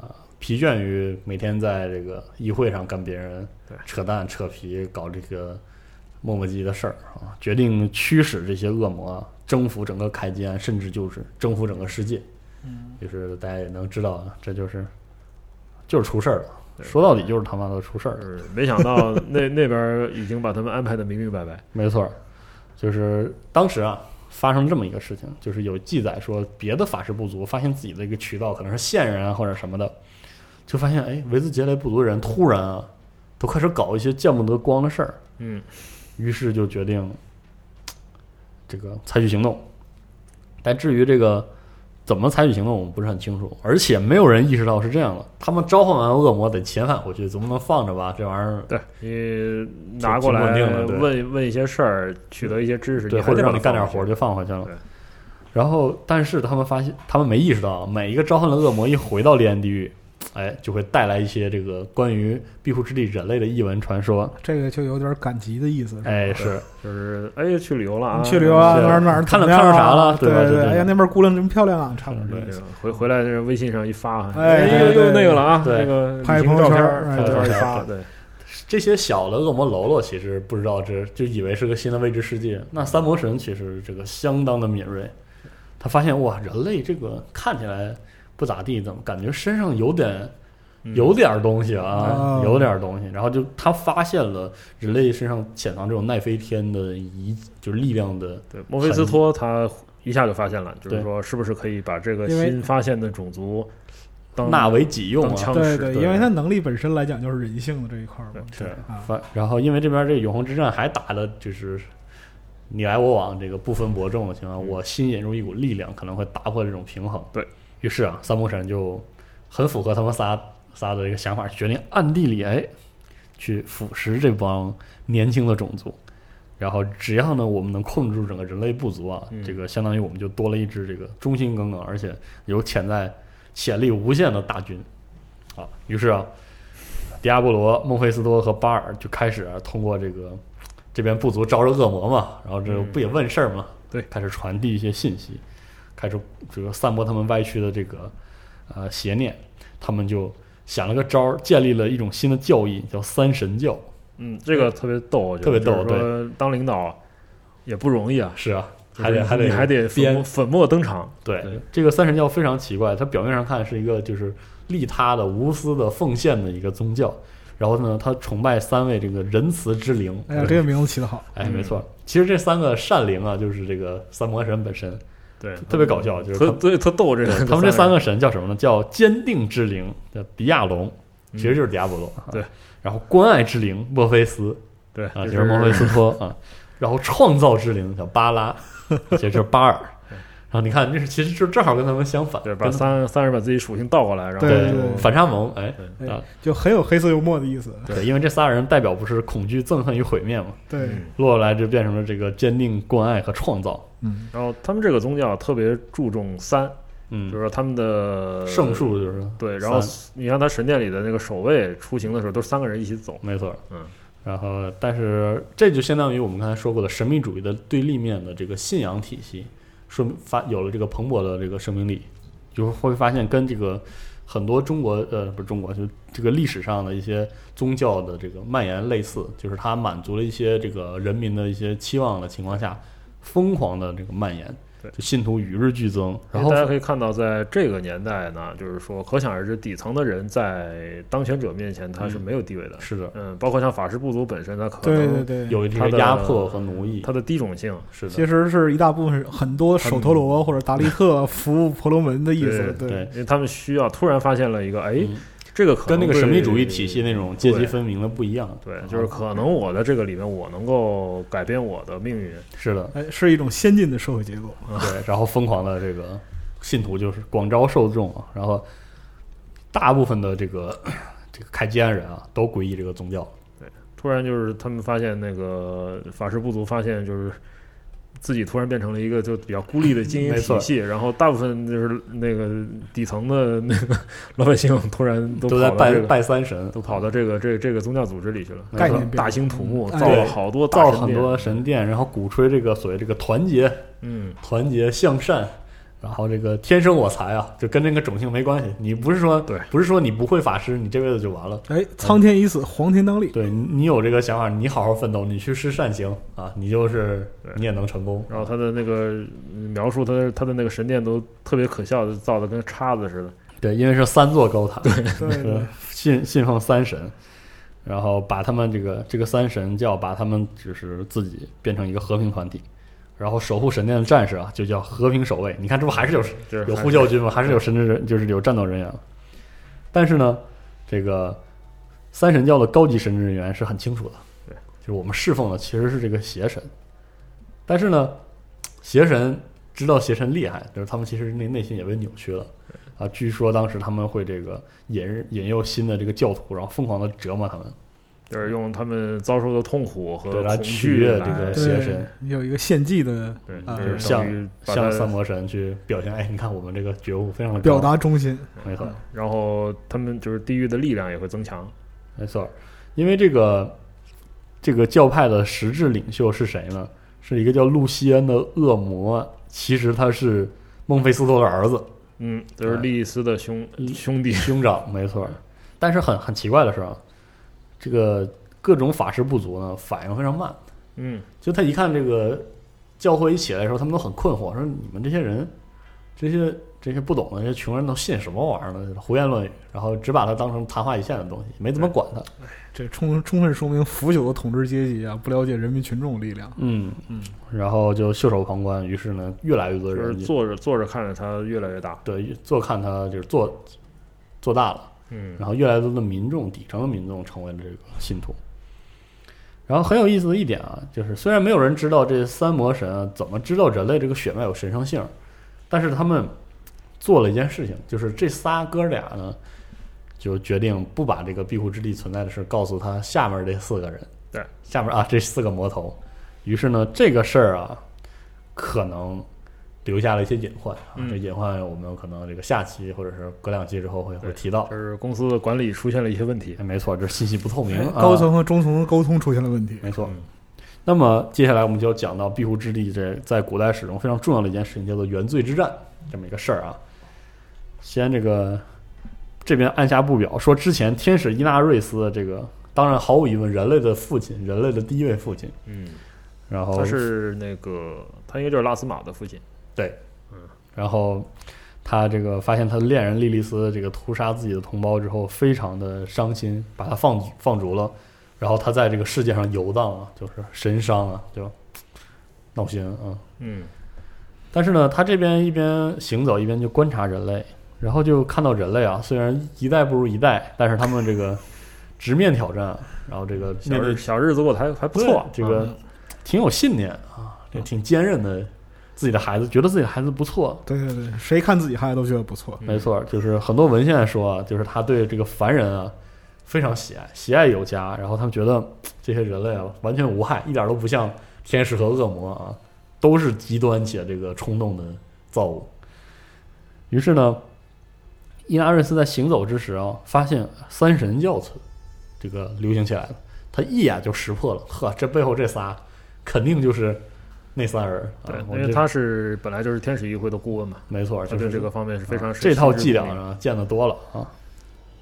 Speaker 1: 呃，疲倦于每天在这个议会上跟别人
Speaker 3: 对
Speaker 1: 扯淡、扯皮、搞这个磨磨唧唧的事儿啊，决定驱使这些恶魔征服整个凯基安，甚至就是征服整个世界。
Speaker 2: 嗯，
Speaker 1: 就是大家也能知道，这就是就是出事儿了。
Speaker 3: 对
Speaker 1: 说到底就是他妈的出事儿了。
Speaker 3: 就是呃没想到那那边儿已经把他们安排的明明 白白。
Speaker 1: 没错儿，就是当时啊，发生这么一个事情，就是有记载说，别的法师部族发现自己的一个渠道可能是线人啊或者什么的，就发现哎，维兹杰雷部族人突然啊，都开始搞一些见不得光的事儿，
Speaker 3: 嗯，
Speaker 1: 于是就决定这个采取行动。但至于这个怎么采取行动，我们不是很清楚，而且没有人意识到是这样的。他们召唤完恶魔得遣返回去，总不能放着吧？这玩意儿
Speaker 3: 对你拿过
Speaker 1: 挺
Speaker 3: 来
Speaker 1: 稳定的对
Speaker 3: 问问一些事儿，取得一些知识，
Speaker 1: 对，
Speaker 3: 还
Speaker 1: 或者
Speaker 3: 得
Speaker 1: 让你
Speaker 3: 它
Speaker 1: 干点
Speaker 3: 放
Speaker 1: 活
Speaker 3: 回
Speaker 1: 儿
Speaker 3: 去
Speaker 1: 就放回去了
Speaker 3: 对。
Speaker 1: 然后，但是他们发现，他们没意识到，啊每一个召唤的恶魔一回到烈焰地狱，哎，就会带来一些这个关于庇护之地人类的异闻传说。
Speaker 2: 这个就有点赶集的意思。是吧
Speaker 1: 哎，是
Speaker 3: 就是哎去旅游了啊，
Speaker 2: 你去旅游啊，
Speaker 1: 是
Speaker 2: 哪儿哪儿
Speaker 1: 看了
Speaker 2: 怎么样
Speaker 1: 看
Speaker 2: 啊
Speaker 1: 上啥了对
Speaker 2: 对
Speaker 1: 吧对对
Speaker 2: 哎呀，那边姑娘真漂亮啊，差
Speaker 3: 对
Speaker 2: 不多这意思。
Speaker 3: 对回回来这微信上一发，
Speaker 2: 哎
Speaker 3: 呦
Speaker 2: 对对
Speaker 3: 又那个了啊，
Speaker 1: 对
Speaker 3: 那个
Speaker 2: 拍
Speaker 3: 旅行
Speaker 2: 朋友圈
Speaker 3: 照片
Speaker 2: 儿
Speaker 3: 儿，
Speaker 2: 哎
Speaker 3: 拍照
Speaker 1: 对
Speaker 3: 片儿一
Speaker 1: 对
Speaker 3: 发，
Speaker 1: 对
Speaker 3: 对，
Speaker 1: 这些小的恶魔喽啰，其实不知道这就以为是个新的未知世界。那三魔神其实这个相当的敏锐，他发现哇，人类这个看起来不咋地，怎么感觉身上有点
Speaker 3: 嗯
Speaker 1: 有点儿东西啊
Speaker 2: 哦，
Speaker 1: 有点儿东西。然后就他发现了人类身上潜藏这种奈飞天的遗，就是力量的，
Speaker 3: 对，墨菲斯托他一下就发现了，就是
Speaker 1: 对
Speaker 3: 说是不是可以把这个
Speaker 2: 因为
Speaker 3: 新发现的种族当
Speaker 1: 纳为己用
Speaker 3: 当
Speaker 1: 啊。
Speaker 3: 枪
Speaker 2: 对
Speaker 3: 使？
Speaker 2: 对，
Speaker 3: 对
Speaker 2: 因为它能力本身来讲就是人性的这一块儿嘛，
Speaker 3: 对
Speaker 1: 是
Speaker 2: 啊，
Speaker 1: 反然后因为这边这个永恒之战还打的就是你来我往，这个不分伯仲的情况，
Speaker 3: 嗯
Speaker 1: 我新引入一股力量，可能会打破这种平衡。
Speaker 3: 对
Speaker 1: 于是啊，三魔神就很符合他们仨仨的这个想法，决定暗地里哎去腐蚀这帮年轻的种族。然后只要呢，我们能控制住整个人类部族啊，
Speaker 3: 嗯
Speaker 1: 这个相当于我们就多了一支这个忠心耿耿，而且有潜在潜力无限的大军啊。于是啊，迪亚波罗、孟菲斯托和巴尔就开始、啊、通过这个这边部族招惹恶魔嘛，然后这个
Speaker 3: 嗯
Speaker 1: 不也问事儿嘛，
Speaker 3: 对
Speaker 1: 开始传递一些信息，开始这个散播他们歪曲的这个呃邪念，他们就想了个招儿，建立了一种新的教义，叫三神教。
Speaker 3: 嗯，这个特别逗，我觉得
Speaker 1: 特别逗
Speaker 3: 就是说当领导也不容易啊，
Speaker 1: 是啊，
Speaker 3: 就是
Speaker 1: 还得还得
Speaker 3: 你还得粉
Speaker 1: 编
Speaker 3: 墨粉墨登场，
Speaker 1: 对
Speaker 3: 对，
Speaker 1: 这个三神教非常奇怪，它表面上看是一个就是利他的、无私的、奉献的一个宗教，然后呢，它崇拜三位这个仁慈之灵。
Speaker 2: 哎呀，这个名字起得好，
Speaker 1: 哎，
Speaker 3: 嗯
Speaker 1: 没错，其实这三个善灵啊，就是这个三魔神本身，
Speaker 3: 对，
Speaker 1: 特别搞笑，就是他
Speaker 3: 特
Speaker 1: 们
Speaker 3: 对特逗这个
Speaker 1: 对，他们这三个神叫什么呢？叫坚定之灵，叫迪亚龙，
Speaker 3: 嗯
Speaker 1: 其实就是迪亚波罗。啊
Speaker 3: 对，
Speaker 1: 然后关爱之灵墨菲斯
Speaker 3: 对
Speaker 1: 啊，
Speaker 3: 就
Speaker 1: 就是墨菲斯托 啊，然后创造之灵叫巴拉， 其实就是巴尔。然后你看，这是其实就正好跟他们相反，
Speaker 3: 对，把
Speaker 1: 跟他
Speaker 3: 三三人把自己属性倒过来，然后
Speaker 2: 对
Speaker 1: 对
Speaker 3: 就
Speaker 1: 反差萌，哎，
Speaker 2: 对
Speaker 1: 啊
Speaker 2: 就很有黑色幽默的意思，
Speaker 1: 对，因为这仨人代表不是恐惧、憎恨与毁灭嘛，
Speaker 2: 对，
Speaker 3: 嗯
Speaker 1: 落下来就变成了这个坚定、关爱和创造。
Speaker 2: 嗯，
Speaker 3: 然后他们这个宗教特别注重三，就
Speaker 1: 嗯
Speaker 3: 是，说他们的
Speaker 1: 圣树就是
Speaker 3: 对，然后
Speaker 1: 三
Speaker 3: 你看他神殿里的那个守卫出行的时候，都是三个人一起走，
Speaker 1: 没错，
Speaker 3: 嗯。
Speaker 1: 然后，但是这就相当于我们刚才说过的神秘主义的对立面的这个信仰体系，说明发有了这个蓬勃的这个生命力，就会发现跟这个很多中国呃不是中国，就这个历史上的一些宗教的这个蔓延类似，就是它满足了一些这个人民的一些期望的情况下，疯狂的这个蔓延
Speaker 3: 对，哎
Speaker 1: 就信徒与日俱增。然后
Speaker 3: 大家可以看到，在这个年代呢，就是说，可想而知，底层的人在当权者面前他是
Speaker 1: 嗯
Speaker 3: 没有地位的。
Speaker 1: 是的，
Speaker 3: 嗯，包括像法师部族本身，他可
Speaker 2: 对对
Speaker 3: 能
Speaker 2: 对，
Speaker 1: 有这
Speaker 3: 它
Speaker 1: 个
Speaker 3: 的
Speaker 1: 压迫和奴役，
Speaker 3: 他的低种性，
Speaker 1: 是的，
Speaker 2: 其实是一大部分很多手陀螺或者达利特服务婆罗门的意思，
Speaker 3: 对
Speaker 1: 对，
Speaker 3: 因为他们需要突然发现了一个，哎，
Speaker 1: 嗯
Speaker 3: 这个可
Speaker 1: 跟那
Speaker 3: 能
Speaker 1: 个
Speaker 3: 对
Speaker 1: 神秘主义体系那嗯种阶级分明的不一样。
Speaker 3: 对，就是可能我在这个里面，我能够改变我的命运。啊
Speaker 1: 是的，
Speaker 2: 哎，是一种先进的社会结构，
Speaker 3: 嗯
Speaker 1: 对，然后疯狂的这个信徒就是广招受众啊，然后大部分的这个 这个凯基安人啊都皈依这个宗教，
Speaker 3: 突然就是他们发现那个法师部族发现就是。自己突然变成了一个就比较孤立的精英
Speaker 1: 没错
Speaker 3: 体系，然后大部分就是那个底层的那个 老百姓突然都
Speaker 1: 都在
Speaker 3: 跑到
Speaker 1: 拜
Speaker 3: 这个
Speaker 1: 拜三神，
Speaker 3: 都跑到这个这这个宗教组织里去了，
Speaker 2: 概念
Speaker 3: 大
Speaker 2: 变
Speaker 3: 兴土木，
Speaker 2: 嗯
Speaker 3: 造了
Speaker 1: 对
Speaker 3: 好多大
Speaker 1: 造了
Speaker 3: 神
Speaker 1: 很
Speaker 3: 殿
Speaker 1: 多神殿，然后鼓吹这个所谓这个团结、
Speaker 3: 嗯，
Speaker 1: 团结向善。然后这个天生我材啊，就跟这个种姓没关系。你不是说
Speaker 3: 对，
Speaker 1: 不是说你不会法师，你这辈子就完了。
Speaker 2: 哎，苍天已死，黄天当立，
Speaker 1: 对你你有这个想法，你好好奋斗，你去施善行啊，你就是
Speaker 3: 对
Speaker 1: 你也能成功。
Speaker 3: 然后他的那个嗯描述，他的他的那个神殿都特别可笑，造的跟叉子似的。
Speaker 1: 对，因为是三座高塔，
Speaker 2: 对
Speaker 1: 呃
Speaker 2: 对，
Speaker 1: 信信奉三神，然后把他们这个这个三神教把他们就是自己变成一个和平团体，然后守护神殿的战士啊就叫和平守卫。你看，这不还是有
Speaker 3: 就是
Speaker 1: 有
Speaker 3: 还
Speaker 1: 呼
Speaker 3: 是
Speaker 1: 叫军吗？还是有神职人，就是有战斗人员吗。但是呢，这个三神教的高级神职人员是很清楚的，
Speaker 3: 对，
Speaker 1: 就是我们侍奉的其实是这个邪神，但是呢，邪神知道邪神厉害，就是他们其实内内心也被扭曲了。啊，据说当时他们会这个引引诱新的这个教徒，然后疯狂的折磨他们，
Speaker 3: 就是用他们遭受的痛苦和
Speaker 1: 对来
Speaker 3: 恐
Speaker 1: 取
Speaker 3: 惧
Speaker 1: 悦
Speaker 3: 来
Speaker 1: 这个
Speaker 2: 对
Speaker 1: 邪神，
Speaker 2: 有一个献祭的
Speaker 3: 对，
Speaker 2: 啊
Speaker 3: 就是
Speaker 1: 像
Speaker 3: 等于把
Speaker 1: 向
Speaker 3: 他
Speaker 1: 三魔神去表现。哎，你看我们这个觉悟非常的
Speaker 2: 表
Speaker 1: 高，
Speaker 2: 达忠心，
Speaker 1: 没错。
Speaker 3: 然后他们就是地狱的力量也会增强。
Speaker 1: 没错，因为这个这个教派的实质领袖是谁呢？是一个叫路西恩的恶魔，其实他是孟菲斯托的儿子
Speaker 3: 嗯，就是
Speaker 1: 对
Speaker 3: 莉莉丝的兄
Speaker 1: 莉
Speaker 3: 兄弟。
Speaker 1: 兄长，没错。但是很很奇怪的是啊，这个各种法师部族呢反应非常慢，
Speaker 3: 嗯，
Speaker 1: 就他一看这个教会一起来的时候，他们都很困惑，说你们这些人这些这些不懂的这些穷人都信什么玩意儿呢？胡言乱语，然后只把它当成谈话一线的东西，没怎么管它。
Speaker 2: 这充充分说明腐朽的统治阶级啊，不了解人民群众力量。
Speaker 1: 嗯
Speaker 2: 嗯，
Speaker 1: 然后就袖手旁观，于是呢，越来越多
Speaker 3: 就是
Speaker 1: 人就
Speaker 3: 坐着坐着看着它越来越大，
Speaker 1: 对坐看它就是做做大了。
Speaker 3: 嗯，
Speaker 1: 然后越来越多的民众，底层的民众成为了这个信徒。然后很有意思的一点啊，就是虽然没有人知道这三魔神啊怎么知道人类这个血脉有神圣性，但是他们做了一件事情，就是这仨哥俩呢，就决定不把这个庇护之地存在的事告诉他下面这四个人，
Speaker 3: 对，
Speaker 1: 下面啊这四个魔头。于是呢，这个事儿啊，可能留下了一些隐患啊。
Speaker 3: 嗯
Speaker 1: 这隐患我们可能这个下期或者是隔两期之后会会
Speaker 3: 对
Speaker 1: 提到。
Speaker 3: 就是公司的管理出现了一些问题，嗯
Speaker 1: 哎没错，这是信息不透明，啊
Speaker 2: 哎高层和中层的沟通出现了问题。
Speaker 1: 没错
Speaker 3: 哎嗯。
Speaker 1: 那么接下来我们就要讲到庇护之地这在古代史中非常重要的一件事情，叫做原罪之战这么一个事儿啊。先这个这边按下不表，说之前天使伊纳瑞斯的这个，当然毫无疑问，人类的父亲，人类的第一位父亲，
Speaker 3: 嗯，
Speaker 1: 然后
Speaker 3: 他是那个他应该就是拉斯玛的父亲，
Speaker 1: 然后他这个发现他的恋人莉莉丝这个屠杀自己的同胞之后，非常的伤心，把他放放逐了。然后他在这个世界上游荡啊，就是神伤啊，就闹心啊。嗯
Speaker 3: 嗯，
Speaker 1: 但是呢，他这边一边行走一边就观察人类，然后就看到人类啊，虽然一代不如一代，但是他们这个直面挑战，然后这个
Speaker 3: 小
Speaker 1: 面对
Speaker 3: 日小日子过得还还不错啊，
Speaker 1: 这个挺有信念啊，这挺坚韧的，自己的孩子觉得自己的孩子不错，
Speaker 2: 对对对，谁看自己孩子都觉得不错。
Speaker 3: 嗯
Speaker 1: 没，错，就是很多文献说啊，就是他对这个凡人啊非常喜爱，喜爱有加。然后他们觉得嘖这些人类啊完全无害，一点都不像天使和恶魔啊，都是极端且这个冲动的造物。于是呢，伊纳瑞斯在行走之时啊，发现三神教存这个流行起来了，他一眼就识破了，呵，这背后这仨肯定就是那仨人啊。
Speaker 3: 对，
Speaker 1: 我
Speaker 3: 因为
Speaker 1: 这
Speaker 3: 他是本来就是天使议会的顾问嘛，
Speaker 1: 没错，
Speaker 3: 他
Speaker 1: 就
Speaker 3: 对
Speaker 1: 是啊
Speaker 3: 这个方面是非常
Speaker 1: 这套伎俩
Speaker 3: 深知肚明
Speaker 1: 呢见得多了啊。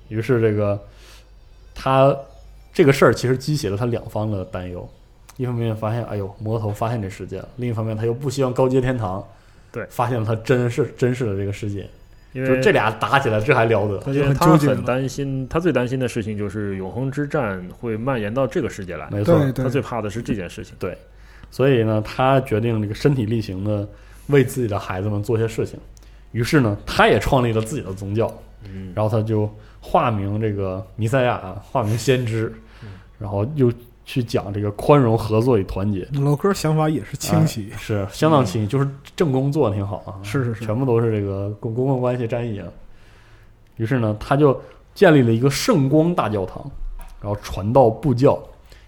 Speaker 1: 于是这个他这个事儿其实激起了他两方的担忧，一方面发现哎呦魔头发现这世界了，另一方面他又不希望高阶天堂
Speaker 3: 对
Speaker 1: 发现了他真是真实的这个世界，
Speaker 3: 因
Speaker 1: 就
Speaker 3: 为
Speaker 1: 是这俩打起来这还了得？
Speaker 2: 他
Speaker 3: 因
Speaker 2: 就
Speaker 3: 为
Speaker 2: 很
Speaker 3: 他
Speaker 2: 纠结
Speaker 3: 很
Speaker 2: 了。
Speaker 3: 担心，他最担心的事情就是永恒之战会蔓延到这个世界来，
Speaker 1: 没错，
Speaker 2: 对对
Speaker 3: 他，最怕的是这件事情。
Speaker 1: 所以呢，他决定这个身体力行的为自己的孩子们做些事情。于是呢，他也创立了自己的宗教，
Speaker 3: 嗯，
Speaker 1: 然后他就化名这个弥赛亚啊，化名先知
Speaker 3: 嗯，
Speaker 1: 然后又去讲这个宽容、合作与团结，
Speaker 2: 老哥想法也是清晰，
Speaker 1: 是相当清晰，就是正宫做的挺好啊，
Speaker 2: 是是是
Speaker 1: 全部都是这个公公共关系战役啊。于是呢，他就建立了一个圣光大教堂，然后传道布教，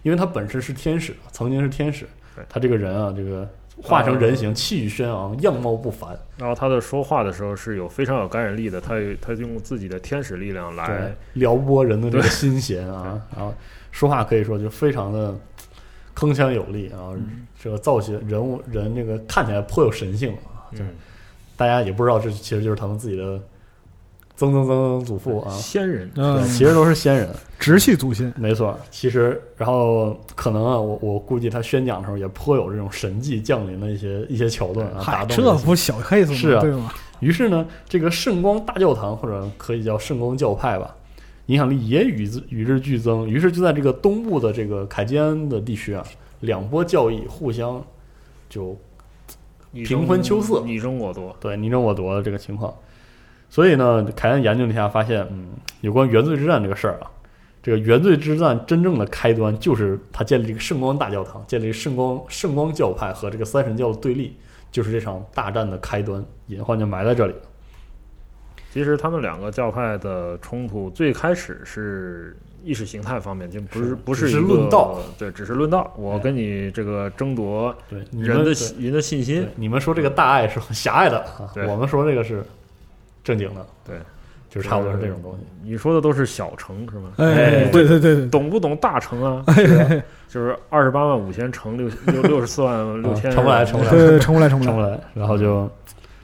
Speaker 1: 因为他本身是天使，曾经是天使
Speaker 3: 对，
Speaker 1: 他这个人啊，这个化成人形，气宇轩昂，样貌不凡，
Speaker 3: 然后他的说话的时候是有非常有感染力的，他有他用自己的天使力量
Speaker 2: 哎
Speaker 3: 来
Speaker 1: 对，撩拨人的这个心弦啊，然后说话可以说就非常的铿锵有力啊，
Speaker 2: 嗯
Speaker 1: 这个造型人物人这个看起来颇有神性啊，就
Speaker 3: 嗯
Speaker 1: 大家也不知道这其实就是他们自己的曾曾曾曾祖父啊，
Speaker 3: 仙人，
Speaker 2: 嗯
Speaker 1: 对，其实都是先人，
Speaker 2: 直系祖先。
Speaker 1: 没错。其实然后可能啊，我我估计他宣讲的时候也颇有这种神迹降临的一些一些桥段啊，打
Speaker 2: 嗨，
Speaker 1: 动
Speaker 2: 这
Speaker 1: 人心
Speaker 2: 不小 case 吗？
Speaker 1: 是啊
Speaker 2: 对吗？
Speaker 1: 于是呢，这个圣光大教堂或者可以叫圣光教派吧，影响力也与之与日俱增。于是就在这个东部的这个凯基安的地区啊，两波教义互相就
Speaker 3: 你
Speaker 1: 平
Speaker 3: 中
Speaker 1: 分秋色
Speaker 3: 你中我多。
Speaker 1: 对你争我夺的这个情况。所以呢，凯恩研究了一下，发现嗯，有关原罪之战这个事儿啊，这个原罪之战真正的开端就是他建立这个圣光大教堂，建立圣光圣光教派和这个三神教的对立，就是这场大战的开端，隐患就埋在这里了。
Speaker 3: 其实他们两个教派的冲突最开始是意识形态方面，就不
Speaker 1: 是
Speaker 3: 是不
Speaker 1: 只是
Speaker 3: 一个
Speaker 1: 论道，
Speaker 3: 对，只是论道。我
Speaker 1: 对
Speaker 3: 跟你这个争夺
Speaker 1: 对，你
Speaker 3: 人
Speaker 1: 们
Speaker 3: 的
Speaker 1: 对
Speaker 3: 信人的信心
Speaker 1: 对，，你们说这个大爱是很狭隘的，啊
Speaker 3: 对
Speaker 1: 我们说这个是正经的，
Speaker 3: 对，
Speaker 1: 就是差不多是这种东西。
Speaker 3: 你说的都是小乘是吗？
Speaker 1: 哎
Speaker 2: 哎，对对对对，
Speaker 3: 懂不懂大乘 啊？就是二十八万五千乘六六六十 四
Speaker 1: 啊
Speaker 3: 万六千，
Speaker 1: 成不来成不来
Speaker 2: 对对，成不来成不
Speaker 1: 上
Speaker 2: 来，
Speaker 1: 不来，然后就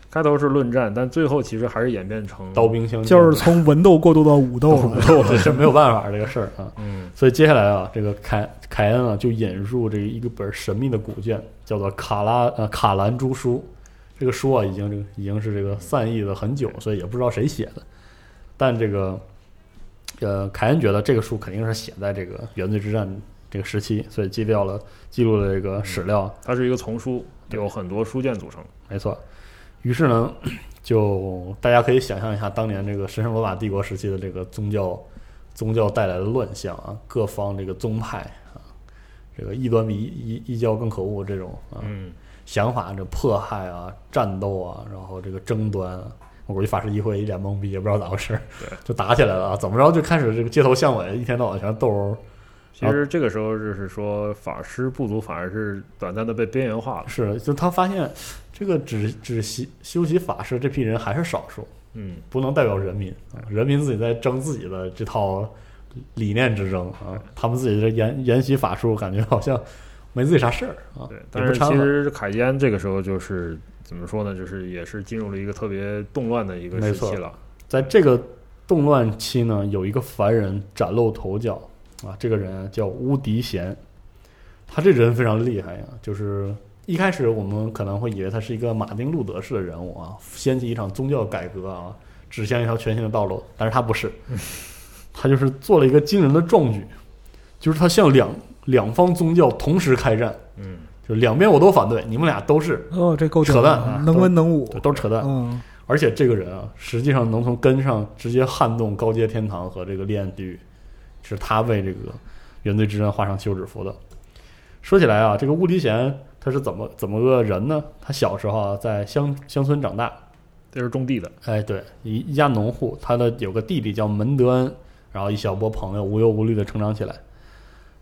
Speaker 3: 开头是论战，但最后其实还是演变成
Speaker 1: 刀，兵相见，
Speaker 2: 就是从文斗过渡到武斗
Speaker 1: 斗
Speaker 2: 了。
Speaker 1: 斗了，这没有办法这个事儿啊。
Speaker 3: 嗯，
Speaker 1: 所以接下来啊，这个凯凯恩啊，就引入这一个本神秘的古卷，叫做《卡拉呃卡兰诸书》，这个书啊，已经这个已经是这个散佚的很久，所以也不知道谁写的。但这个，呃，凯恩觉得这个书肯定是写在这个原罪之战这个时期，所以记掉了记录了这个史料，
Speaker 3: 它是一个丛书，有很多书卷组成。
Speaker 1: 没错。于是呢， 就大家可以想象一下当年这个神圣罗马帝国时期的这个宗教宗教带来的乱象啊，各方这个宗派啊，这个异端比异异异教更可恶这种啊，
Speaker 3: 嗯，
Speaker 1: 想法，这迫害啊、战斗啊，然后这个争端啊，我估计法师议会一脸懵逼，也不知道咋回事儿
Speaker 3: 对，
Speaker 1: 就打起来了啊！怎么着就开始这个街头巷尾一天到晚全斗殴，
Speaker 3: 其实这个时候就是说法师不足，反而是短暂的被边缘化了。
Speaker 1: 是就他发现这个只只习修习法师这批人还是少数，
Speaker 3: 嗯，
Speaker 1: 不能代表人民啊，人民自己在争自己的这套理念之争啊，他们自己这研研习法术，感觉好像没自己啥事儿啊
Speaker 3: 对。，
Speaker 1: 也
Speaker 3: 但
Speaker 1: 不
Speaker 3: 是
Speaker 1: 掺
Speaker 3: 其
Speaker 1: 和，
Speaker 3: 实凯基安这个时候就是怎么说呢？就是也是进入了一个特别动乱的一个
Speaker 1: 没
Speaker 3: 时
Speaker 1: 错
Speaker 3: 期了。
Speaker 1: 在这个动乱期呢，有一个凡人崭露头角啊，这个人啊叫乌迪贤，他这人非常厉害呀、就是一开始我们可能会以为他是一个马丁路德式的人物啊，掀起一场宗教改革啊，指向一条全新的道路，但是他不是，他就是做了一个惊人的壮举，就是他向两两方宗教同时开战，
Speaker 3: 嗯，
Speaker 1: 就两边我都反对，你们俩都是
Speaker 2: 哦，这够
Speaker 1: 扯淡啊
Speaker 2: 能文能武，
Speaker 1: 都是扯淡，
Speaker 2: 嗯，
Speaker 1: 而且这个人啊，实际上能从根上直接撼动高阶天堂和这个烈焰地狱，是他为这个原罪之战画上休止符的。说起来啊，这个乌迪贤他是怎么怎么个人呢？他小时候啊，在乡乡村长大，
Speaker 3: 这是种地的，
Speaker 1: 哎，对，一一家农户，他的有个弟弟叫门德恩，然后一小波朋友无忧无虑的成长起来。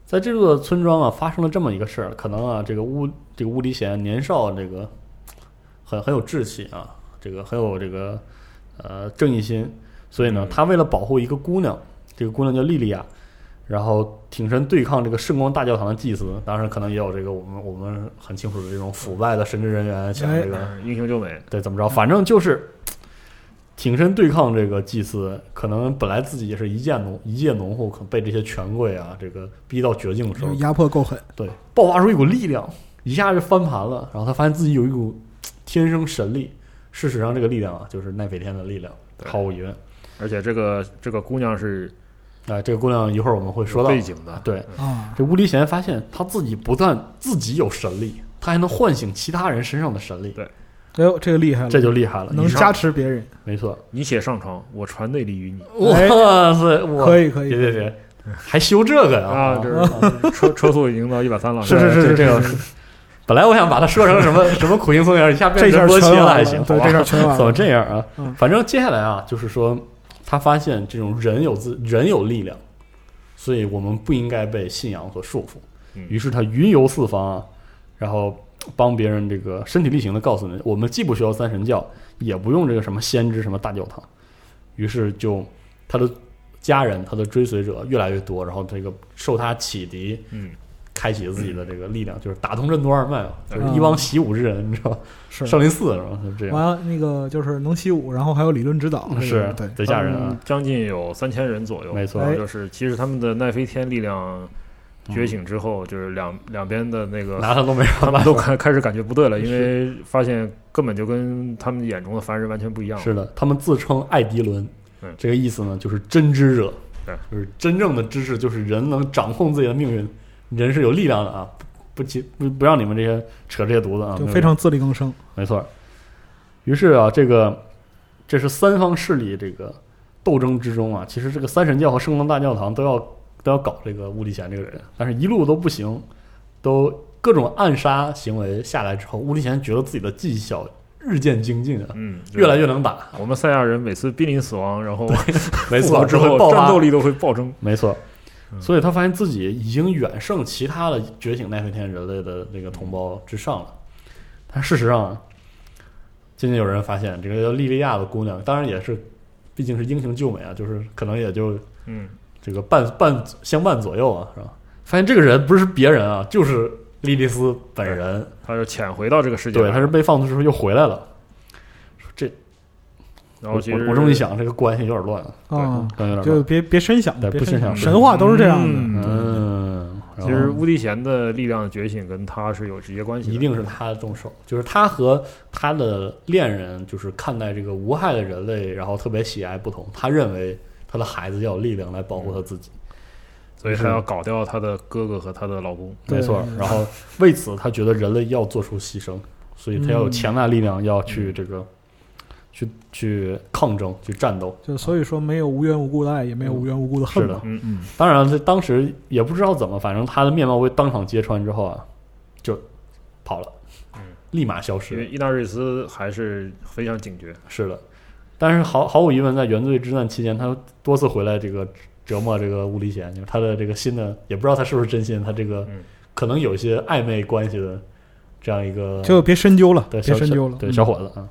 Speaker 1: 在这个村庄啊，发生了这么一个事儿，可能啊，这个乌这个乌迪贤年少，这个很很有志气啊，这个很有这个呃正义心，所以呢
Speaker 3: 嗯，
Speaker 1: 他为了保护一个姑娘，这个姑娘叫莉莉亚，啊然后挺身对抗这个圣光大教堂的祭司，当然可能也有这个我们我们很清楚的这种腐败的神职人员想这个
Speaker 3: 嗯英雄救美。
Speaker 1: 对，怎么着，反正就是挺身对抗这个祭司。可能本来自己也是一介农一介农户，可能被这些权贵啊，这个逼到绝境的时
Speaker 2: 就
Speaker 1: 候
Speaker 2: 是，压迫够狠，
Speaker 1: 对，爆发出一股力量，一下就翻盘了。然后他发现自己有一股天生神力，事实上这个力量啊，就是奈斐天的力量，
Speaker 3: 对
Speaker 1: 毫无疑问。
Speaker 3: 而且这个这个姑娘是
Speaker 1: 哎，这个姑娘一会儿我们会
Speaker 3: 有
Speaker 1: 说到
Speaker 3: 背景的，
Speaker 1: 对，
Speaker 2: 啊，
Speaker 1: 这乌离贤发现他自己不但自己有神力，他还能唤醒其他人身上的神力，
Speaker 3: 对
Speaker 2: 哎呦，这个厉害了，
Speaker 1: 这就厉害了。
Speaker 2: 能
Speaker 1: 以上
Speaker 2: 加持别人，
Speaker 1: 没错，
Speaker 3: 你且上床，我传内力于你
Speaker 2: 哎
Speaker 1: 哇塞，我
Speaker 2: 可以可
Speaker 1: 别
Speaker 2: 以，
Speaker 1: 别别，还修这个呀？哦
Speaker 3: 啊！这是车 车速已经到一百三了，
Speaker 1: 是是是是这个。 本来我想把它说成什么什么苦行僧样，一下变
Speaker 2: 这
Speaker 1: 成
Speaker 2: 下
Speaker 1: 波
Speaker 2: 全
Speaker 1: 奇
Speaker 2: 完
Speaker 1: 还
Speaker 2: 了，
Speaker 1: 行，
Speaker 2: 对，
Speaker 1: 好
Speaker 2: 这
Speaker 1: 吧
Speaker 2: 下全完
Speaker 1: 怎么
Speaker 2: 了，
Speaker 1: 这样啊
Speaker 2: 嗯？
Speaker 1: 反正接下来啊，就是说他发现这种人有自人有力量，所以我们不应该被信仰所束缚。
Speaker 3: 嗯
Speaker 1: 于是他云游四方啊，然后帮别人这个身体力行的告诉人，我们既不需要三神教，也不用这个什么先知什么大教堂。于是就他的家人、他的追随者越来越多，然后这个受他启迪，
Speaker 3: 嗯，
Speaker 1: 开启了自己的这个力量，就是打通任督二脉嘛，
Speaker 3: 嗯
Speaker 1: 就是一帮习武之人，你知道吧，
Speaker 2: 是
Speaker 1: 少林寺是吧？就这样，
Speaker 2: 完了那个就是能习武，然后还有理论指导，这
Speaker 1: 是
Speaker 2: 个对，
Speaker 1: 贼吓人
Speaker 3: 他
Speaker 1: 啊
Speaker 3: 们！嗯将近有三千人左右，
Speaker 1: 没错嗯
Speaker 2: 哎
Speaker 3: 就是其实他们的奈飞天力量觉醒之后，就是两两边的那
Speaker 2: 嗯
Speaker 3: 个
Speaker 1: 拿他都没
Speaker 3: 他
Speaker 1: 让
Speaker 3: 们
Speaker 1: 吧？
Speaker 3: 都开开始感觉不对了，因为发现根本就跟他们眼中的凡人完全不
Speaker 2: 嗯
Speaker 3: 一样。
Speaker 1: 是的，他们自称艾迪伦
Speaker 3: 嗯，
Speaker 1: 这个意思呢，就是真知者
Speaker 2: 嗯
Speaker 3: 对，
Speaker 1: 就是真正的知识，就是人能掌控自己的命运，人是有力量的啊！不不不不让你们这些扯这些犊子啊！
Speaker 2: 就
Speaker 1: 没有
Speaker 2: 非常自力更生，
Speaker 1: 没错。于是啊，这个这是三方势力这个斗争之中啊，其实这个三神教和圣光大教堂都要都要搞这个乌利贤这个人，但是一路都不行，都各种暗杀行为下来之后，乌利贤觉得自己的技巧日渐精进啊，
Speaker 3: 嗯，
Speaker 1: 越来
Speaker 3: 越
Speaker 1: 越能打，
Speaker 3: 我们赛亚人每次濒临死亡，然后
Speaker 1: 没
Speaker 3: 复活之
Speaker 1: 会
Speaker 3: 后
Speaker 1: 爆
Speaker 3: 战
Speaker 1: 发
Speaker 3: 斗力都会暴增。
Speaker 1: 没错，
Speaker 3: 嗯
Speaker 1: 所以他发现自己已经远胜其他的觉醒奈飞天人类的那个同胞之上了。但事实上啊，渐渐有人发现，这个叫莉莉亚的姑娘，当然也是，毕竟是英雄救美啊，就是可能也就
Speaker 3: 嗯，
Speaker 1: 这个伴伴相伴左右啊，是吧？发现这个人不是别人啊，就是莉莉丝本人。
Speaker 3: 他就潜回到这个世界来，
Speaker 1: 对，他是被放出之后又回来了。
Speaker 3: 然
Speaker 1: 我
Speaker 3: 后其
Speaker 1: 我
Speaker 3: 实
Speaker 1: 我这么一，想，这个关系有点乱啊，
Speaker 2: 啊，
Speaker 1: 关系有点
Speaker 2: 就
Speaker 1: 乱。
Speaker 2: 别别深想
Speaker 1: 对，
Speaker 2: 别
Speaker 1: 不深
Speaker 2: 深
Speaker 1: 想
Speaker 2: 神话都是这样的，
Speaker 3: 嗯
Speaker 1: 嗯，然
Speaker 3: 其
Speaker 1: 后
Speaker 3: 实乌迪贤的力量的觉醒跟他是有直接关系的，
Speaker 1: 一定是他动手，就是他和他的恋人，就是看待这个无害的人类，然后特别喜爱不同。他认为他的孩子要有力量来保护他自己，
Speaker 3: 所以他要搞掉他的哥哥和他的老公。
Speaker 2: 嗯对
Speaker 1: 没错。然后为此，他觉得人类要做出牺牲，所以他要有
Speaker 2: 嗯
Speaker 1: 强大力量，要去这个，去去抗争，去战斗。
Speaker 2: 就所以说没有无缘无故的爱，也没有无缘无故的恨
Speaker 1: 是的
Speaker 2: 嘛。
Speaker 3: 嗯
Speaker 4: 嗯，
Speaker 1: 当然，这当时也不知道怎么，反正他的面貌被当场揭穿之后啊，就跑了，
Speaker 3: 嗯
Speaker 1: 立马消失
Speaker 3: 因。为伊纳瑞斯还是非常警觉，
Speaker 1: 是的，但是毫毫无疑问，在原罪之战期间，他多次回来这个折磨这个乌里贤，就是他的这个新的，也不知道他是不是真心，他这个、
Speaker 3: 嗯
Speaker 1: 可能有一些暧昧关系的这样一个
Speaker 2: 就别深究了，
Speaker 1: 对
Speaker 2: 别
Speaker 1: 小
Speaker 2: 深究了。
Speaker 1: 对
Speaker 2: 嗯
Speaker 1: 小伙子啊。嗯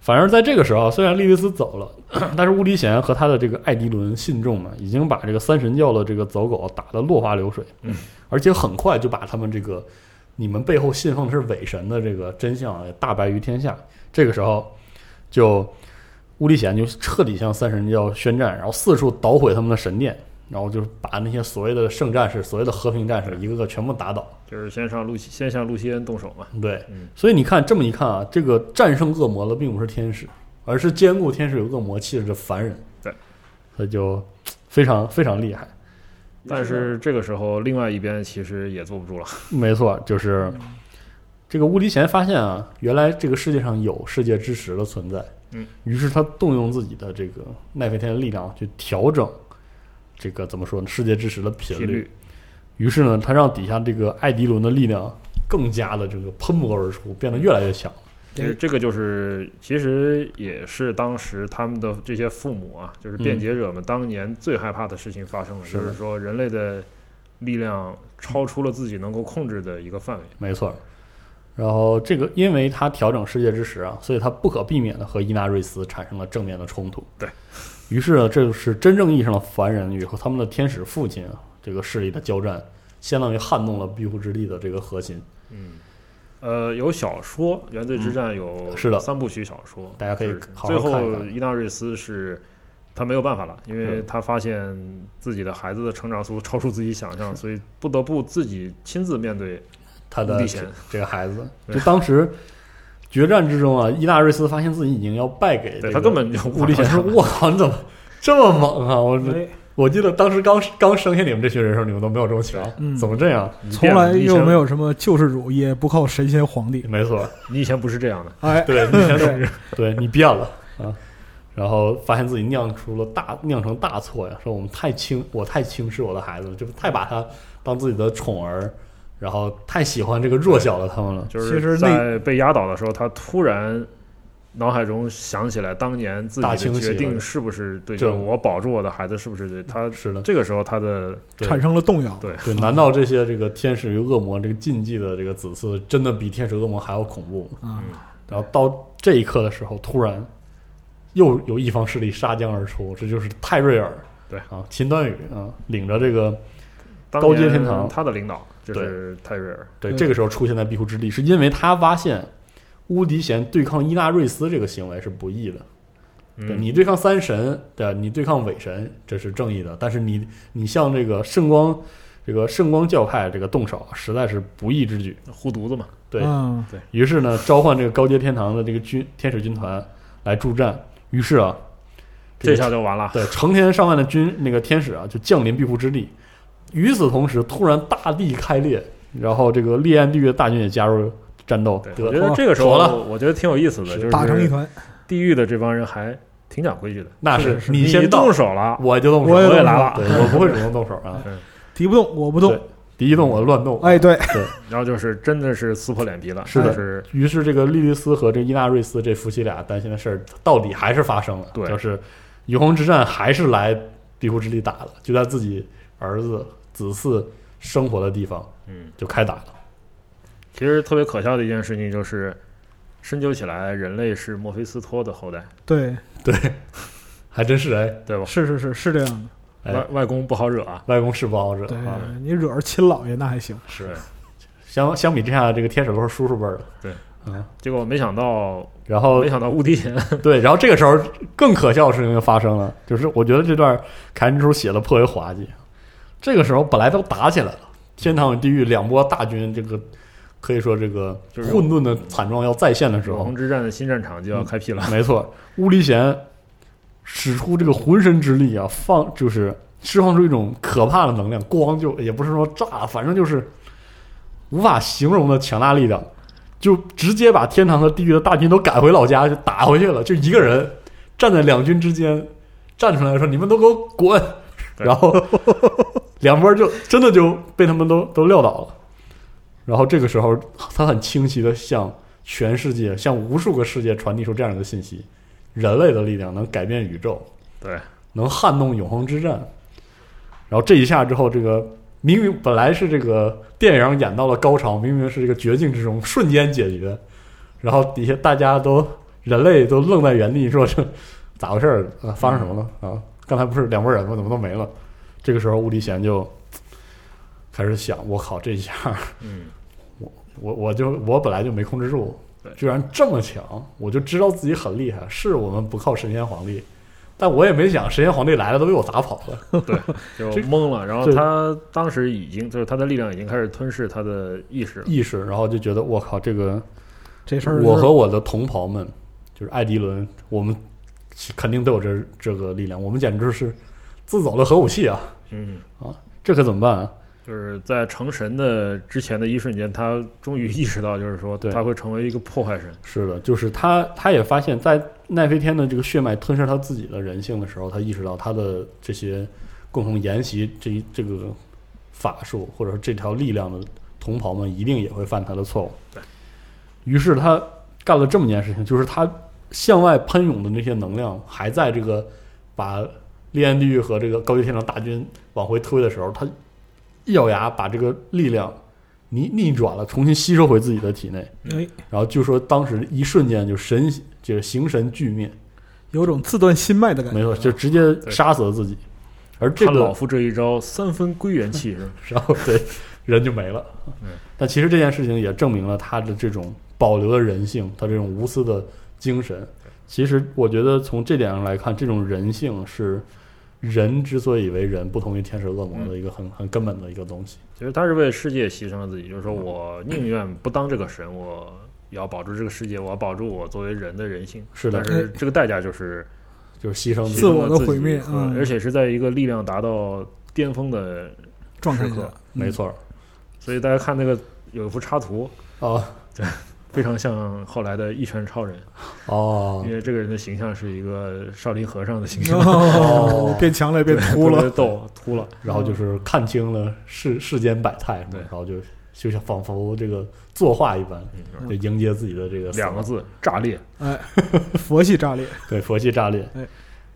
Speaker 1: 反正在这个时候，啊虽然莉莉丝走了，但是乌里贤和他的这个艾迪伦信众们已经把这个三神教的这个走狗打得落花流水，
Speaker 3: 嗯，
Speaker 1: 而且很快就把他们这个你们背后信奉的是伪神的这个真相啊也大白于天下。这个时候，就乌里贤就彻底向三神教宣战，然后四处捣毁他们的神殿，然后就是把那些所谓的圣战士、所谓的和平战士一个个全部打倒。
Speaker 3: 就是先上路西先向路西恩动手嘛。
Speaker 1: 对，
Speaker 3: 嗯
Speaker 1: 所以你看这么一看啊，这个战胜恶魔的并不是天使，而是兼顾天使与恶魔气质的凡人。
Speaker 3: 对，
Speaker 1: 他就嘖非常非常厉害。
Speaker 3: 但是这个时候，另外一边其实也坐不住了。
Speaker 1: 没错，就是这个乌迪贤发现啊，原来这个世界上有世界之石的存在。
Speaker 3: 嗯，
Speaker 1: 于是他动用自己的这个奈飞天的力量去调整这个怎么说呢？世界之石的频率。
Speaker 3: 频率
Speaker 1: 于是呢，他让底下这个艾迪伦的力量更加的这个喷薄而出，变得越来越强。
Speaker 3: 其实这个就是，其实也是当时他们的这些父母啊，就是辩解者们当年最害怕的事情发生了，
Speaker 1: 嗯是
Speaker 3: 就
Speaker 1: 的
Speaker 3: 是说人类的力量超出了自己能够控制的一个范围。
Speaker 1: 没错儿。然后这个，因为他调整世界之石啊，所以他不可避免的和伊纳瑞斯产生了正面的冲突。
Speaker 3: 对
Speaker 1: 于是呢，这就是真正意义上的凡人与和他们的天使父亲啊这个势力的交战，相当于撼动了庇护之力的这个核心。
Speaker 3: 嗯，呃，有小说《原罪之战》有
Speaker 1: 嗯是的
Speaker 3: 三部曲小说，
Speaker 1: 大家可以
Speaker 3: 就是
Speaker 1: 好好
Speaker 3: 最
Speaker 1: 看一
Speaker 3: 后
Speaker 1: 看
Speaker 3: 伊纳瑞斯是他没有办法了，因为
Speaker 1: 嗯
Speaker 3: 他发现自己的孩子的成长速度超出自己想象，所以不得不自己亲自面对
Speaker 1: 他
Speaker 3: 乌
Speaker 1: 的
Speaker 3: 迪贤
Speaker 1: 这个孩子，
Speaker 3: 对
Speaker 1: 就当时决战之中啊，伊纳瑞斯发现自己已经要败给哎这个
Speaker 3: 对
Speaker 1: 啊
Speaker 3: 他根本就
Speaker 1: 乌
Speaker 3: 无
Speaker 1: 迪
Speaker 3: 力啊
Speaker 1: 贤，
Speaker 3: 想
Speaker 1: 说：“
Speaker 3: 象。
Speaker 1: 我靠，你怎 么这么猛啊！我
Speaker 2: 哎
Speaker 1: 我记得当时刚刚生下你们这群人的时候，你们都没有这么强，
Speaker 2: 嗯
Speaker 1: 怎么这样？
Speaker 3: 你
Speaker 2: 从
Speaker 3: 变
Speaker 2: 来
Speaker 3: 了你以前
Speaker 2: 又没有什么救世主，也不靠神仙皇帝。
Speaker 1: 没错，
Speaker 3: 你以前不是这样的，
Speaker 2: 哎，
Speaker 1: 对，你先
Speaker 2: 对，
Speaker 1: 对你变了啊，然后发现自己酿出了大酿成大错呀，说我们太轻，我太轻视我的孩子了，就太把他当自己的宠儿，然后太喜欢这个弱小的他们了。
Speaker 3: 就
Speaker 2: 其实
Speaker 3: 是
Speaker 2: 那
Speaker 3: 在被压倒的时候，他突然脑海中想起来当年自己
Speaker 1: 大
Speaker 3: 的
Speaker 1: 清洗
Speaker 3: 决定
Speaker 1: 了
Speaker 3: 是不是
Speaker 1: 对
Speaker 3: 对，就是我保住我的孩子是不是对他。
Speaker 1: 是的，
Speaker 3: 这个时候，他的
Speaker 1: 对
Speaker 2: 产生了动摇。
Speaker 3: 对
Speaker 1: 对，难道这些这个天使与恶魔这个禁忌的这个子嗣，真的比天使恶魔还要恐怖吗？
Speaker 2: 啊，
Speaker 1: 然后到这一刻的时候，突然又有一方势力杀将而出，这就是泰瑞尔，
Speaker 3: 对
Speaker 1: 啊，秦端宇啊，领着这个
Speaker 3: 当
Speaker 1: 高阶
Speaker 3: 年
Speaker 1: 天堂
Speaker 3: 他的领导就是泰瑞尔，
Speaker 1: 对，
Speaker 2: 对
Speaker 1: 这个时候出现在庇护之地，是因为他发现乌迪贤对抗伊纳瑞斯这个行为是不义的。对
Speaker 3: 嗯
Speaker 1: 你对抗三神，对吧你对抗伪神，这是正义的。但是你你向这个圣光，这个圣光教派这个动手，实在是不义之举。
Speaker 3: 护犊子嘛，
Speaker 1: 对
Speaker 2: 嗯，
Speaker 1: 于是呢，召唤这个高阶天堂的这个军天使军团来助战。于是啊，
Speaker 3: 这
Speaker 1: 个
Speaker 3: 下就完了。
Speaker 1: 对，成千上万的军那个天使啊，就降临庇护之地。与此同时，突然大地开裂，然后这个烈焰地狱的大军也加入战斗。
Speaker 3: 对，
Speaker 1: 得
Speaker 3: 我觉得这个时
Speaker 1: 妥了
Speaker 3: 候，我觉得挺有意思的，
Speaker 1: 是
Speaker 3: 就
Speaker 2: 打成一
Speaker 3: 是
Speaker 2: 团，
Speaker 3: 地狱的这帮人还挺讲规矩的。
Speaker 1: 那
Speaker 2: 是
Speaker 1: 是
Speaker 2: 是
Speaker 1: 你先动
Speaker 3: 动，手了，
Speaker 1: 我就动手，
Speaker 2: 我也动手
Speaker 1: 来了，
Speaker 2: 对
Speaker 1: 对我不会主动动手啊。
Speaker 2: 敌不动我不动
Speaker 1: 对。敌一动我乱动，
Speaker 2: 哎，对，
Speaker 3: 然后就是真的是撕破脸皮了，
Speaker 1: 是的
Speaker 3: 是
Speaker 1: 于是这个莉莉丝和这伊纳瑞斯这夫妻俩担心的事儿，到底还是发生了，
Speaker 3: 对
Speaker 1: 就是永恒之战还是来庇护之地打了，就在自己儿子子嗣生活的地方
Speaker 3: 嗯，
Speaker 1: 就开打了。
Speaker 3: 其实特别可笑的一件事情就是，深究起来，人类是墨菲斯托的后代，
Speaker 2: 对，
Speaker 1: 还真是哎，
Speaker 3: 对吧？
Speaker 2: 是是是是这样的。
Speaker 1: 哎
Speaker 3: 外外公不好惹啊，
Speaker 1: 外公是不好惹
Speaker 2: 对
Speaker 1: 啊，，
Speaker 2: 你惹着亲老爷那还行。
Speaker 1: 是相相比之下，这个天使都是叔叔辈儿的，
Speaker 3: 对，
Speaker 1: 嗯，
Speaker 3: 结果没想到，
Speaker 1: 然后
Speaker 3: 没想到乌迪贤，
Speaker 1: 对，然后这个时候更可笑的事情就发生了，就是我觉得这段凯恩之书写的颇为滑稽。这个时候本来都打起来了，天堂与地狱两波大军，这个可以说这个
Speaker 3: 就是
Speaker 1: 混沌的惨状要再现的时
Speaker 3: 永
Speaker 1: 候
Speaker 3: 恒，之战的新战场就要开辟了。
Speaker 1: 没错，乌离贤使出这个浑身之力啊，放就是释放出一种可怕的能量，光就也不是说炸，反正就是无法形容的强大力量，就直接把天堂和地狱的大军都赶回老家，就打回去了，就一个人站在两军之间站出来说：“你们都给我滚！”
Speaker 3: 对
Speaker 1: 然后两波就真的就被他们都都撂倒了。然后这个时候， 他很清晰的向全世界、向无数个世界传递出这样一个信息：人类的力量能改变宇宙，
Speaker 3: 对，
Speaker 1: 能撼动永恒之战。然后这一下之后，这个明明本来是这个电影演到了高潮，明明是这个绝境之中，瞬间解决，然后底下大家都人类都愣在原地，说这咋回事儿？呃发生什么了？啊，刚才不是两拨人吗？怎么都没了？这个时候，乌迪贤就开始想：我靠，这一下
Speaker 3: 嗯，
Speaker 1: 我我就我本来就没控制住
Speaker 3: 对，
Speaker 1: 居然这么强，我就知道自己很厉害。是我们不靠神仙皇帝，但我也没想神仙皇帝来了都被我砸跑了。
Speaker 3: 嗯就
Speaker 1: 这
Speaker 3: 懵了。然后
Speaker 1: 对
Speaker 3: 他当时已经就是他的力量已经开始吞噬他的意识了。
Speaker 1: 意识，然后就觉得我靠，这个
Speaker 2: 这事儿
Speaker 1: 我和我的同袍们，就是艾迪伦，我们肯定都有这这个力量，我们简直是自走了核武器啊！
Speaker 3: 嗯，
Speaker 1: 这可怎么办啊？
Speaker 3: 就是在成神的之前的一瞬间，他终于意识到，就是说
Speaker 1: 对
Speaker 3: 他会成为一个破坏神。
Speaker 1: 是的，就是他，他也发现，在奈飞天的这个血脉吞噬他自己的人性的时候，他意识到他的这些共同研习这一这个法术或者说这条力量的同袍们一定也会犯他的错误。
Speaker 3: 对
Speaker 1: 于是他干了这么件事情，就是他向外喷涌的那些能量还在这个把烈焰地狱和这个高级天堂大军往回推的时候，他一咬牙把这个力量逆逆转了，重新吸收回自己的体内。
Speaker 2: 哎，
Speaker 1: 然后据说当时一瞬间就神就是形神俱灭，
Speaker 2: 有种自断心脉的感觉。
Speaker 1: 没错，就直接杀死了自己。而这
Speaker 3: 看老
Speaker 1: 个，
Speaker 3: 夫这一招，三分归元气是吧？
Speaker 1: 然后 对人就没了
Speaker 3: 嗯。
Speaker 1: 但其实这件事情也证明了他的这种保留的人性，他这种无私的精神。其实我觉得从这点上来看，这种人性是人之所以为人，不同于天使恶魔
Speaker 3: 嗯
Speaker 1: 的一个很很根本的一个东西。
Speaker 3: 其实他是为世界牺牲了自己，就是说我宁愿不当这个神，我也要保住这个世界，我要保住我作为人的人性。
Speaker 1: 是的
Speaker 3: 但，是这个代价就是
Speaker 1: 就是牺牲自
Speaker 3: 牺
Speaker 2: 自
Speaker 1: 己。
Speaker 3: 牲
Speaker 2: 我
Speaker 3: 了
Speaker 2: 的
Speaker 3: 自己
Speaker 2: 毁灭
Speaker 3: 和
Speaker 2: 嗯
Speaker 3: 而且是在一个力量达到巅峰的
Speaker 2: 状态
Speaker 3: 时刻
Speaker 2: 下，
Speaker 1: 没错儿
Speaker 3: 所以大家看那个有一幅插图，
Speaker 1: 啊
Speaker 3: 非常像后来的一拳超人，
Speaker 1: 哦
Speaker 3: 因，为这个人的形象是一个少林和尚的形象，
Speaker 2: 哦，变强了，变 秃
Speaker 3: 特
Speaker 2: 了
Speaker 3: 别，逗，秃了。
Speaker 1: 然后就是看清了世世间百态嘛，
Speaker 3: 对
Speaker 1: 然后就就像仿佛这个作画一般，
Speaker 3: 嗯
Speaker 2: 嗯
Speaker 1: 就迎接自己的这个死
Speaker 3: 两个
Speaker 1: 亡
Speaker 3: 字炸裂，
Speaker 2: 哎，佛系炸裂，
Speaker 1: 对佛系炸裂
Speaker 2: 哎。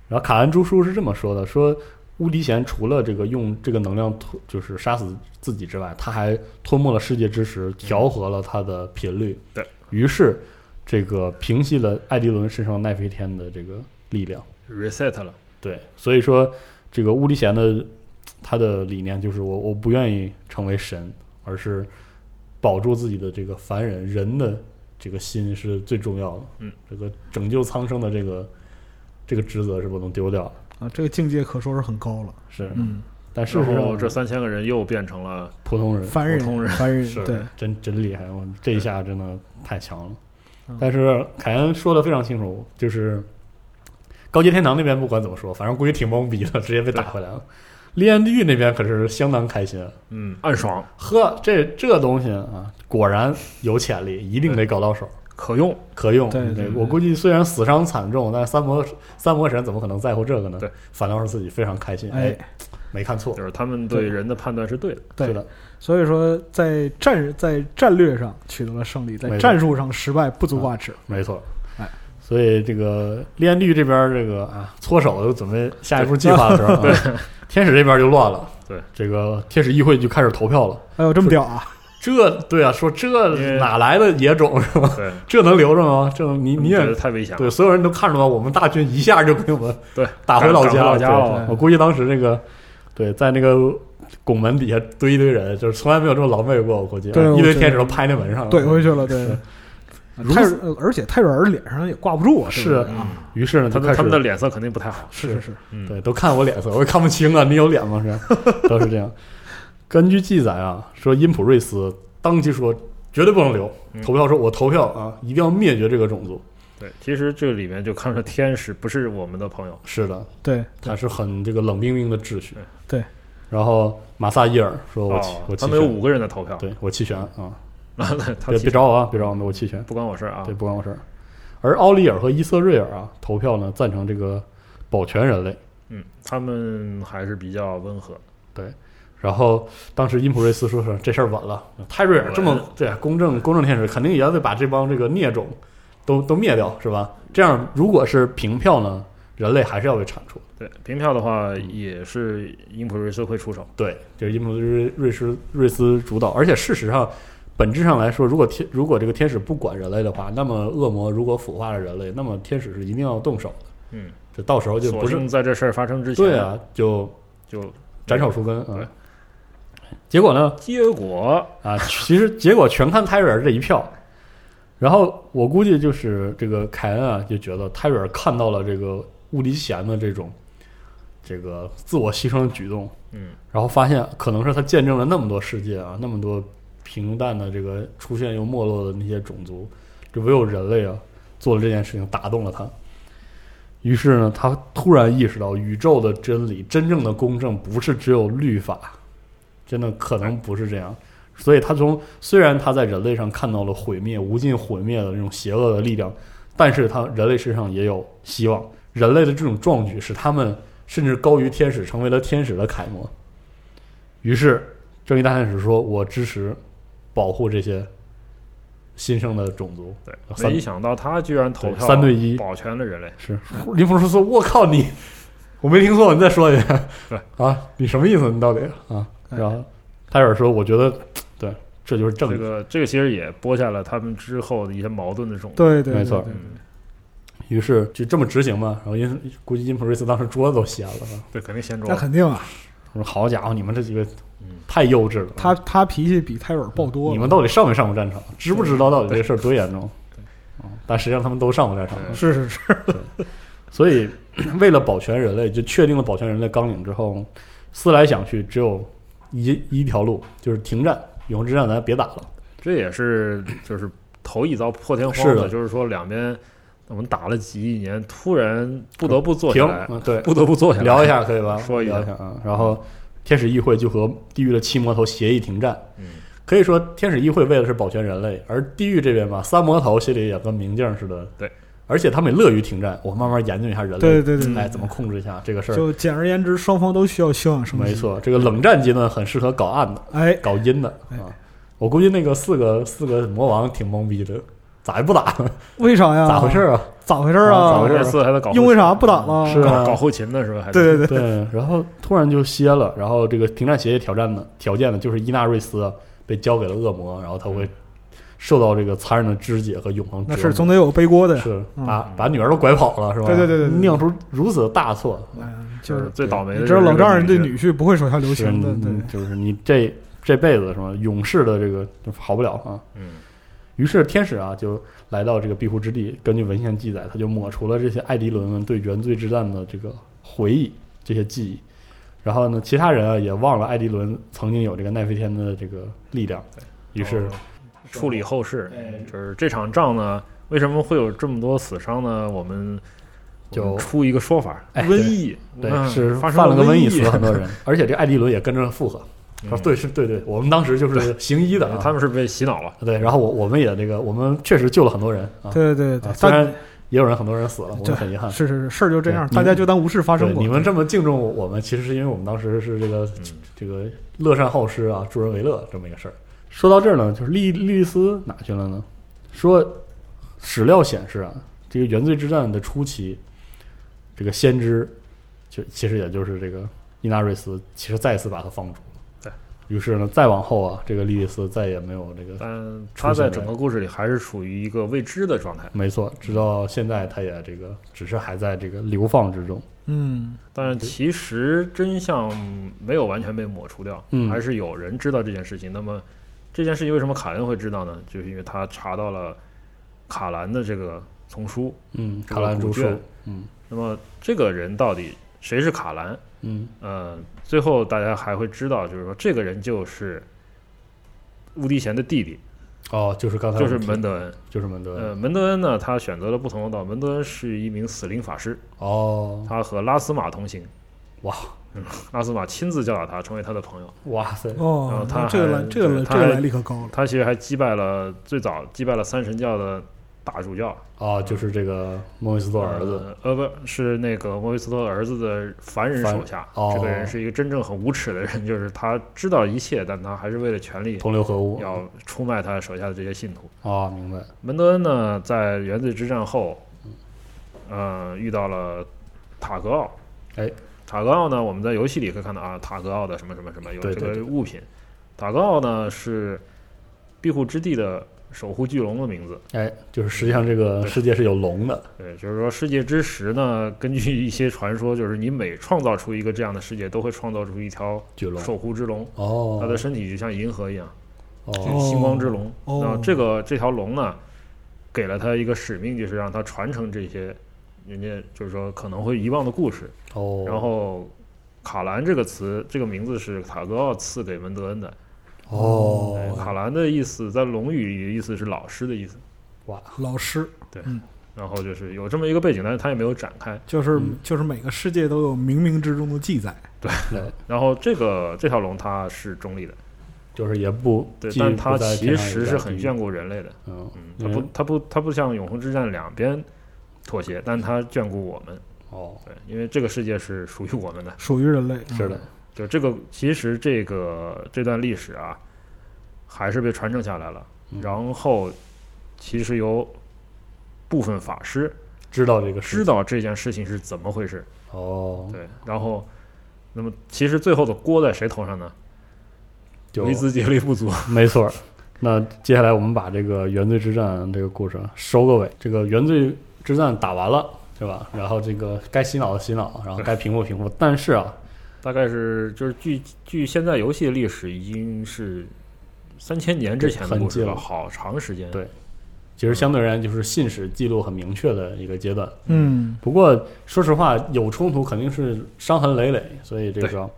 Speaker 1: 然后卡兰朱叔是这么说的：说乌迪贤除了这个用这个能量吞，就是杀死自己之外，他还吞没了世界之石，调和了他的频率，
Speaker 3: 对
Speaker 1: 于是这个平息了艾迪伦身上奈飞天的这个力量。
Speaker 3: reset 了，
Speaker 1: 对，所以说这个乌迪贤的他的理念就是我我不愿意成为神，而是保住自己的这个凡人人的这个心是最重要的。
Speaker 3: 嗯，
Speaker 1: 这个拯救苍生的这个这个职责是不能丢掉的。
Speaker 2: 啊，这个境界可说是很高了。
Speaker 1: 是，啊
Speaker 2: 嗯，
Speaker 1: 但事
Speaker 3: 然
Speaker 1: 实
Speaker 3: 后
Speaker 1: 上
Speaker 3: 这三千个人又变成了
Speaker 1: 普通人
Speaker 2: 凡人
Speaker 3: 普通，人
Speaker 2: 凡
Speaker 1: 是
Speaker 2: 人，对，
Speaker 1: 真真厉害，我这一下真的太强了
Speaker 2: 嗯。
Speaker 1: 但是凯恩说的非常清楚，就是高阶天堂那边不管怎么说，反正估计挺懵逼的，直接被打回来了。烈焰地狱那边可是相当开心，
Speaker 3: 嗯暗爽
Speaker 1: 呵，这这东西啊，果然有潜力，一定得搞到手，
Speaker 3: 可用，
Speaker 1: 可用。
Speaker 2: 对对
Speaker 1: 我估计虽然死伤惨重，但是三魔三魔神怎么可能在乎这个呢？
Speaker 3: 对，
Speaker 1: 反倒是自己非常开心，
Speaker 2: 哎，，
Speaker 1: 没看错
Speaker 3: 就，是他们对
Speaker 2: 对
Speaker 3: 人的判断是对的，
Speaker 1: 是
Speaker 2: 对，
Speaker 1: 的，
Speaker 2: 所以说在战在战略上取得了胜利，
Speaker 1: 没
Speaker 2: 在
Speaker 1: 错啊
Speaker 2: 战术上失败不足挂齿。
Speaker 1: 没错。
Speaker 2: 哎。
Speaker 1: 所以这个烈焰绿这边这个啊，搓手就准备下一步计划的时 候，啊、天使这边就乱了。
Speaker 3: 对，
Speaker 1: 这个天使议会就开始投票了。
Speaker 2: 哎呦，这么屌啊！
Speaker 1: 这对啊，说
Speaker 3: 因
Speaker 1: 这
Speaker 3: 为
Speaker 1: 哪来的野种 是吧？
Speaker 3: 对，
Speaker 1: 这能留着吗？这能你你
Speaker 3: 觉
Speaker 1: 也
Speaker 3: 得太危险了，
Speaker 1: 对，所有人都看着了，我们大军一下就给我们
Speaker 3: 对，
Speaker 1: 打回老家
Speaker 3: 打回老家
Speaker 1: 对
Speaker 3: 了
Speaker 1: 我估计当时那个，对，在那个拱门底下堆一堆人，就是从来没有这么狼狈过。我估计，啊
Speaker 2: 对
Speaker 1: 一
Speaker 2: 我觉
Speaker 1: 堆
Speaker 2: 得
Speaker 1: 天使都拍那门上了。
Speaker 2: 怼回去了，对
Speaker 1: 是。如
Speaker 2: 泰瑞，呃而且泰瑞尔脸上也挂不住啊，
Speaker 1: 是
Speaker 2: 这个人
Speaker 3: 嗯
Speaker 2: 啊，
Speaker 1: 于是呢，
Speaker 3: 他
Speaker 1: 就
Speaker 3: 们
Speaker 1: 开
Speaker 3: 他
Speaker 1: 始
Speaker 3: 们的脸色肯定不太好，
Speaker 2: 是是是，
Speaker 3: 嗯，
Speaker 1: 对，都看我脸色，我也看不清啊。你有脸吗？是，都是这样。根据记载啊，说因普瑞斯当即说绝对不能留，
Speaker 3: 嗯
Speaker 1: 投票说我投票啊，一定要灭绝这个种族。
Speaker 3: 对，其实这里面就看出天使不是我们的朋友，
Speaker 1: 是的，
Speaker 2: 对，
Speaker 1: 他是很这个冷冰冰的秩序。
Speaker 2: 对，
Speaker 1: 然后马萨伊尔说我弃、
Speaker 3: 哦
Speaker 1: 我弃
Speaker 3: 他们有
Speaker 1: 权，
Speaker 3: 五个人在投票，
Speaker 1: 对我弃权啊，
Speaker 3: 他
Speaker 1: 别
Speaker 3: 其
Speaker 1: 别找我啊，别找我，我弃权。
Speaker 3: 不关我事儿啊
Speaker 1: 对，，不关我事儿。而奥利尔和伊瑟瑞尔啊，投票呢赞成这个保全人类。
Speaker 3: 嗯，他们还是比较温和，
Speaker 1: 然后当时因普瑞斯说是这事儿稳了，
Speaker 3: 嗯
Speaker 1: 泰瑞尔这么对公正公正天使，肯定也要得把这帮这个孽种都都灭掉，是吧？这样如果是平票呢，人类还是要被铲除。
Speaker 3: 对，平票的话
Speaker 1: 嗯
Speaker 3: 也是英普瑞斯会出手，
Speaker 1: 对，就是因普瑞瑞斯瑞斯主导，而且事实上。本质上来说，如果天如果这个天使不管人类的话，那么恶魔如果腐化了人类，那么天使是一定要动手的。
Speaker 3: 嗯，
Speaker 1: 这到时候就
Speaker 3: 索
Speaker 1: 不是
Speaker 3: 性在这事儿发生之前，
Speaker 1: 对，啊，就
Speaker 3: 就
Speaker 1: 斩草除根啊
Speaker 3: 对。
Speaker 1: 结果呢？
Speaker 3: 结果
Speaker 1: 啊，其实结果全看泰瑞尔这一票。然后我估计就是这个凯恩啊，就觉得泰瑞尔看到了这个乌迪贤的这种这个自我牺牲的举动，
Speaker 3: 嗯，
Speaker 1: 然后发现可能是他见证了那么多世界啊，那么多平淡的这个出现又没落的那些种族，这唯有人类啊做了这件事情打动了他。于是呢，他突然意识到宇宙的真理，真正的公正不是只有律法，真的可能不是这样。所以他从虽然他在人类上看到了毁灭、无尽毁灭的那种邪恶的力量，但是他人类身上也有希望。人类的这种壮举使他们甚至高于天使，成为了天使的楷模。于是，正义大天使说：“我支持保护这些新生的种族。
Speaker 3: 对，
Speaker 1: 啊三
Speaker 3: 没想到他居然投
Speaker 1: 对
Speaker 3: 票
Speaker 1: 三对一
Speaker 3: 保全了人类，”
Speaker 1: 林福说：“说我靠你，我没听错，你再说一遍。
Speaker 3: 对
Speaker 1: 啊，你什么意思？你到底啊？”然后泰尔说：“我觉得，对，这就是正义。
Speaker 3: 这个这个其实也播下了他们之后的一些矛盾的种子，
Speaker 2: 对对，
Speaker 1: 没错
Speaker 2: 对对
Speaker 3: 嗯，
Speaker 1: 于是就这么执行嘛，然后因估计因普瑞斯当时桌子都掀了，
Speaker 3: 对，肯定先
Speaker 2: 那
Speaker 3: 抓，
Speaker 2: 肯定啊，
Speaker 1: 我说好家伙，你们这几个
Speaker 3: 嗯
Speaker 1: 太幼稚了，
Speaker 2: 他他脾气比泰尔暴多了。
Speaker 1: 你们到底上没上过战场？知不知道到底这事儿多严重？嗯但实际上他们都上过战场了，
Speaker 2: 是是是，
Speaker 1: 所以为了保全人类，就确定了保全人类纲领之后，思来想去，只有一一条路，就是停战，永恒之战咱别打了。
Speaker 3: 这也是就是头一遭破天
Speaker 1: 是
Speaker 3: 荒
Speaker 1: 的
Speaker 3: 就是说两边我们打了几亿年，突然不得不坐
Speaker 1: 停
Speaker 3: 下来，，
Speaker 1: 嗯对，
Speaker 3: 不得不坐下来
Speaker 1: 聊一，下可以吧？
Speaker 3: 说一下
Speaker 1: 聊一下啊。然后天使议会就和地狱的七魔头协议停战，
Speaker 3: 嗯，
Speaker 1: 可以说天使议会为的是保全人类，而地狱这边吧，三魔头心里也跟明镜似的，
Speaker 3: 对，
Speaker 1: 而且他们也乐于停战。我慢慢研究一下人类，
Speaker 2: 对对对
Speaker 3: 嗯
Speaker 2: 对，
Speaker 1: 哎，怎么控制一下这个事儿？
Speaker 2: 就简而言之，双方都需要休养生息。
Speaker 1: 没，错，这个冷战阶段很适合搞暗的、
Speaker 2: 哎，
Speaker 1: 搞阴的
Speaker 2: 哎
Speaker 1: 啊。我估计那个四个四个魔王挺懵逼的，咋也不打，
Speaker 2: 为啥呀？
Speaker 1: 咋回事？儿啊？
Speaker 2: 咋回事
Speaker 1: 啊
Speaker 2: 啊？
Speaker 1: 咋回事
Speaker 3: 这次还得搞后嗯
Speaker 2: 因为啥不打了？
Speaker 1: 是啊
Speaker 3: 搞搞后勤呢是吧？还得
Speaker 2: 对对对，
Speaker 1: 对，然后突然就歇了，然后这个停战协议挑战的条件呢，就是伊纳瑞斯啊被交给了恶魔，然后他会受到这个残忍的肢解和永恒
Speaker 2: 嗯那
Speaker 1: 折
Speaker 2: 是
Speaker 1: 磨。
Speaker 2: 总得有背锅的呀。
Speaker 1: 是
Speaker 2: 嗯
Speaker 1: 把把女儿都拐跑了，是吧？
Speaker 2: 对对对对对
Speaker 1: 酿出如此的大错，
Speaker 2: 哎呀
Speaker 3: 就
Speaker 2: 就是是
Speaker 3: 最倒霉的
Speaker 2: 你
Speaker 3: 就是
Speaker 2: 知
Speaker 3: 这
Speaker 2: 道
Speaker 3: 个
Speaker 2: 老丈人对
Speaker 3: 女
Speaker 2: 女婿不会手下留
Speaker 1: 是嗯
Speaker 2: 情的，对
Speaker 1: 你，就是你这这辈子什么勇士的这个就好不了啊。
Speaker 3: 嗯，
Speaker 1: 于是天使啊就来到这个庇护之地，根据文献记载，他就抹除了这些艾迪伦们对原罪之战的这个回忆、这些记忆。然后呢，其他人啊也忘了艾迪伦曾经有这个奈飞天的这个力量，于是
Speaker 3: 哦处理后事
Speaker 1: 哎，
Speaker 3: 就是这场仗呢，为什么会有这么多死伤呢？我们
Speaker 1: 就
Speaker 3: 我们出一个说法，
Speaker 1: 哎
Speaker 3: 瘟疫，
Speaker 1: 对
Speaker 3: 嗯
Speaker 1: 是
Speaker 3: 发生
Speaker 1: 犯了个瘟
Speaker 3: 疫，
Speaker 1: 死了 很多人，而且这艾迪伦也跟着附和，说
Speaker 3: 嗯
Speaker 1: 对是对对，我们当时就是行医的啊，
Speaker 3: 他们是被洗脑了。
Speaker 1: 对，然后我我们也这个，我们确实救了很多人啊，
Speaker 2: 对对对
Speaker 1: 啊
Speaker 2: 对，
Speaker 1: 虽
Speaker 2: 但
Speaker 1: 然也有人很多人死了，我
Speaker 2: 对
Speaker 1: 们很遗憾。
Speaker 2: 是是是，事儿就这样，
Speaker 1: 对
Speaker 2: 大家就当无事发
Speaker 1: 对
Speaker 2: 生过
Speaker 1: 你。们这么敬重我们，其实是因为我们当时是这个
Speaker 3: 嗯，
Speaker 1: 这个乐善好施啊，助人为乐这么一个事儿。说到这儿呢，就是莉莉莉丝哪去了呢？说史料显示啊，这个原罪之战的初期，这个先知就其实也就是这个伊纳瑞斯，其实再次把他放逐了。
Speaker 3: 对
Speaker 1: 于是呢，再往后啊，这个莉莉丝再也没有这个
Speaker 3: 但他在整个故事里还是处于一个未知的状态。
Speaker 1: 没错，直到现在，他也这个只是还在这个流放之中。
Speaker 2: 嗯，
Speaker 3: 但其实真相没有完全被抹除掉，
Speaker 1: 嗯
Speaker 3: 还是有人知道这件事情。那么这件事情为什么卡恩会知道呢？就是因为他查到了卡兰的这个丛书。
Speaker 1: 嗯，
Speaker 3: 这
Speaker 1: 卡
Speaker 3: 个
Speaker 1: 兰
Speaker 3: 古
Speaker 1: 朱树
Speaker 3: 卷，
Speaker 1: 嗯，
Speaker 3: 那么这个人到底谁是卡兰，
Speaker 1: 嗯
Speaker 3: 呃，最后大家还会知道，就是说这个人就是乌迪贤的弟弟，
Speaker 1: 哦，就是刚才
Speaker 3: 就是
Speaker 1: 我们
Speaker 3: 门
Speaker 1: 提
Speaker 3: 德恩。
Speaker 1: 就是门德
Speaker 3: 呃，
Speaker 1: 恩
Speaker 3: 门德恩呢，他选择了不同的道。门德恩是一名死灵法师，
Speaker 1: 哦，
Speaker 3: 他和拉斯玛同行。
Speaker 1: 哇
Speaker 3: 嗯！拉斯玛亲自教导他，成为他的朋友。
Speaker 1: 哇 塞，
Speaker 3: 然后
Speaker 2: 哦，
Speaker 3: 他
Speaker 2: 那这个
Speaker 3: 还
Speaker 2: 来这个来
Speaker 3: 对
Speaker 2: 这
Speaker 3: 他
Speaker 2: 个
Speaker 3: 还
Speaker 2: 来历可高了。
Speaker 3: 他其实还击败了最早击败了三神教的大主教
Speaker 1: 哦，就是这个莫里斯做儿子，，
Speaker 3: 呃，呃不是那个莫维斯托儿子的凡人手下。
Speaker 1: 凡哦
Speaker 3: 这个人是一个真正很无耻的人，就是他知道一切，但他还是为了权力
Speaker 1: 同流合污
Speaker 3: 要出卖他手下的这些信徒。
Speaker 1: 哦，明白，
Speaker 3: 门德恩呢，在原罪之战后，呃，遇到了塔格奥。
Speaker 1: 哎，
Speaker 3: 塔格奥呢，我们在游戏里可以看到啊，塔格奥的什么什么什么有
Speaker 1: 对
Speaker 3: 这
Speaker 1: 对对
Speaker 3: 个物品。塔格奥呢是庇护之地的守护巨龙的名字。
Speaker 1: 哎，就是实际上这个世界是有龙的，
Speaker 3: 对，就是说世界之石呢，根据一些传说，就是你每创造出一个这样的世界，都会创造出一条
Speaker 1: 巨龙
Speaker 3: 守护之龙，
Speaker 1: 哦，
Speaker 3: 它的身体就像银河一样，
Speaker 1: 哦
Speaker 2: 哦
Speaker 3: 星光之龙。
Speaker 2: 哦
Speaker 3: 那这个这条龙呢，给了他一个使命，就是让他传承这些人家就是说可能会遗忘的故事。
Speaker 1: 哦，
Speaker 3: 然后，卡兰这个词，这个名字是塔格奥赐给门德恩的。对
Speaker 1: 哦，
Speaker 3: 卡兰的意思在龙语里的意思是老师的意思。
Speaker 2: 老师
Speaker 3: 然后就是有这么一个背景，但是他也没有展开。
Speaker 2: 就是
Speaker 1: 嗯
Speaker 2: 就是每个世界都有冥冥之中的记载，
Speaker 3: 哎
Speaker 1: 对，
Speaker 3: 然后这个这条龙它是中立的，
Speaker 1: 就是也不，
Speaker 3: 对，
Speaker 1: 既
Speaker 3: 但它
Speaker 1: 不在
Speaker 3: 其
Speaker 1: 天上也
Speaker 3: 实
Speaker 1: 不
Speaker 3: 是
Speaker 1: 在
Speaker 3: 很
Speaker 1: 地
Speaker 3: 眷顾人类的。
Speaker 1: 狱，嗯，
Speaker 3: 嗯，它不
Speaker 1: 嗯，
Speaker 3: 它不，它不像永恒之战两边妥协，但它眷顾我们。
Speaker 1: 哦，
Speaker 3: 对，因为这个世界是属于我们的。
Speaker 2: 属于人
Speaker 3: 嗯
Speaker 2: 类。
Speaker 1: 是的，
Speaker 3: 就这个，其实这个这段历史啊，还是被传承下来了。
Speaker 1: 嗯
Speaker 3: 然后，其实有部分法师
Speaker 1: 知道这个事
Speaker 3: 知道这件事情是怎么回事，
Speaker 1: 哦，
Speaker 3: 对。然后，那么其实最后的锅在谁头上呢？
Speaker 1: 就
Speaker 3: 维兹杰利 部族。
Speaker 1: 没错儿。那接下来我们把这个原罪之战这个故事收个尾。这个原罪之战打完了，对吧？然后这个该洗脑的洗脑，然后该平复平复。但是啊，
Speaker 3: 大概是就是距距现在游戏的历史已经是三千年之前的
Speaker 1: 很
Speaker 3: 故事
Speaker 1: 近
Speaker 3: 了，
Speaker 1: 了
Speaker 3: 好长时间。
Speaker 1: 对
Speaker 3: 嗯
Speaker 1: 其实相对而言就是信史记录很明确的一个阶段。
Speaker 2: 嗯，
Speaker 1: 不过说实话，有冲突肯定是伤痕累累，所以这个，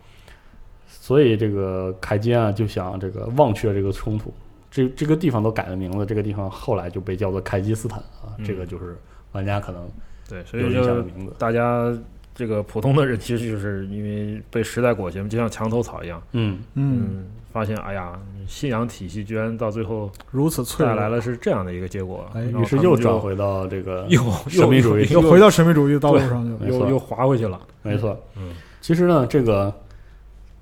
Speaker 1: 所以这个凯基啊就想这个忘却这个冲突。这这个地方都改了名字，这个地方后来就被叫做凯基斯坦啊，
Speaker 3: 嗯
Speaker 1: 这个就是玩家可能
Speaker 3: 对，所
Speaker 1: 有
Speaker 3: 以
Speaker 1: 印象
Speaker 3: 就
Speaker 1: 的名字。
Speaker 3: 大家这个普通的人 其实就是因为被时代裹挟，就像墙头草一样。
Speaker 1: 嗯，
Speaker 2: 嗯，，
Speaker 3: 发现哎呀，信仰体系居然到最后
Speaker 2: 如此脆
Speaker 3: 带
Speaker 2: 弱，
Speaker 3: 来了是这样的一个结果，
Speaker 2: 哎
Speaker 3: 然后
Speaker 1: 于是
Speaker 3: 他们
Speaker 1: 又
Speaker 3: 就
Speaker 1: 转回到这个
Speaker 3: 又
Speaker 1: 神秘主义
Speaker 2: 又回到神秘主义的道路上去了。
Speaker 1: 没错
Speaker 3: 又又滑回去了。
Speaker 1: 没错，
Speaker 3: 嗯，
Speaker 1: 其实呢，这个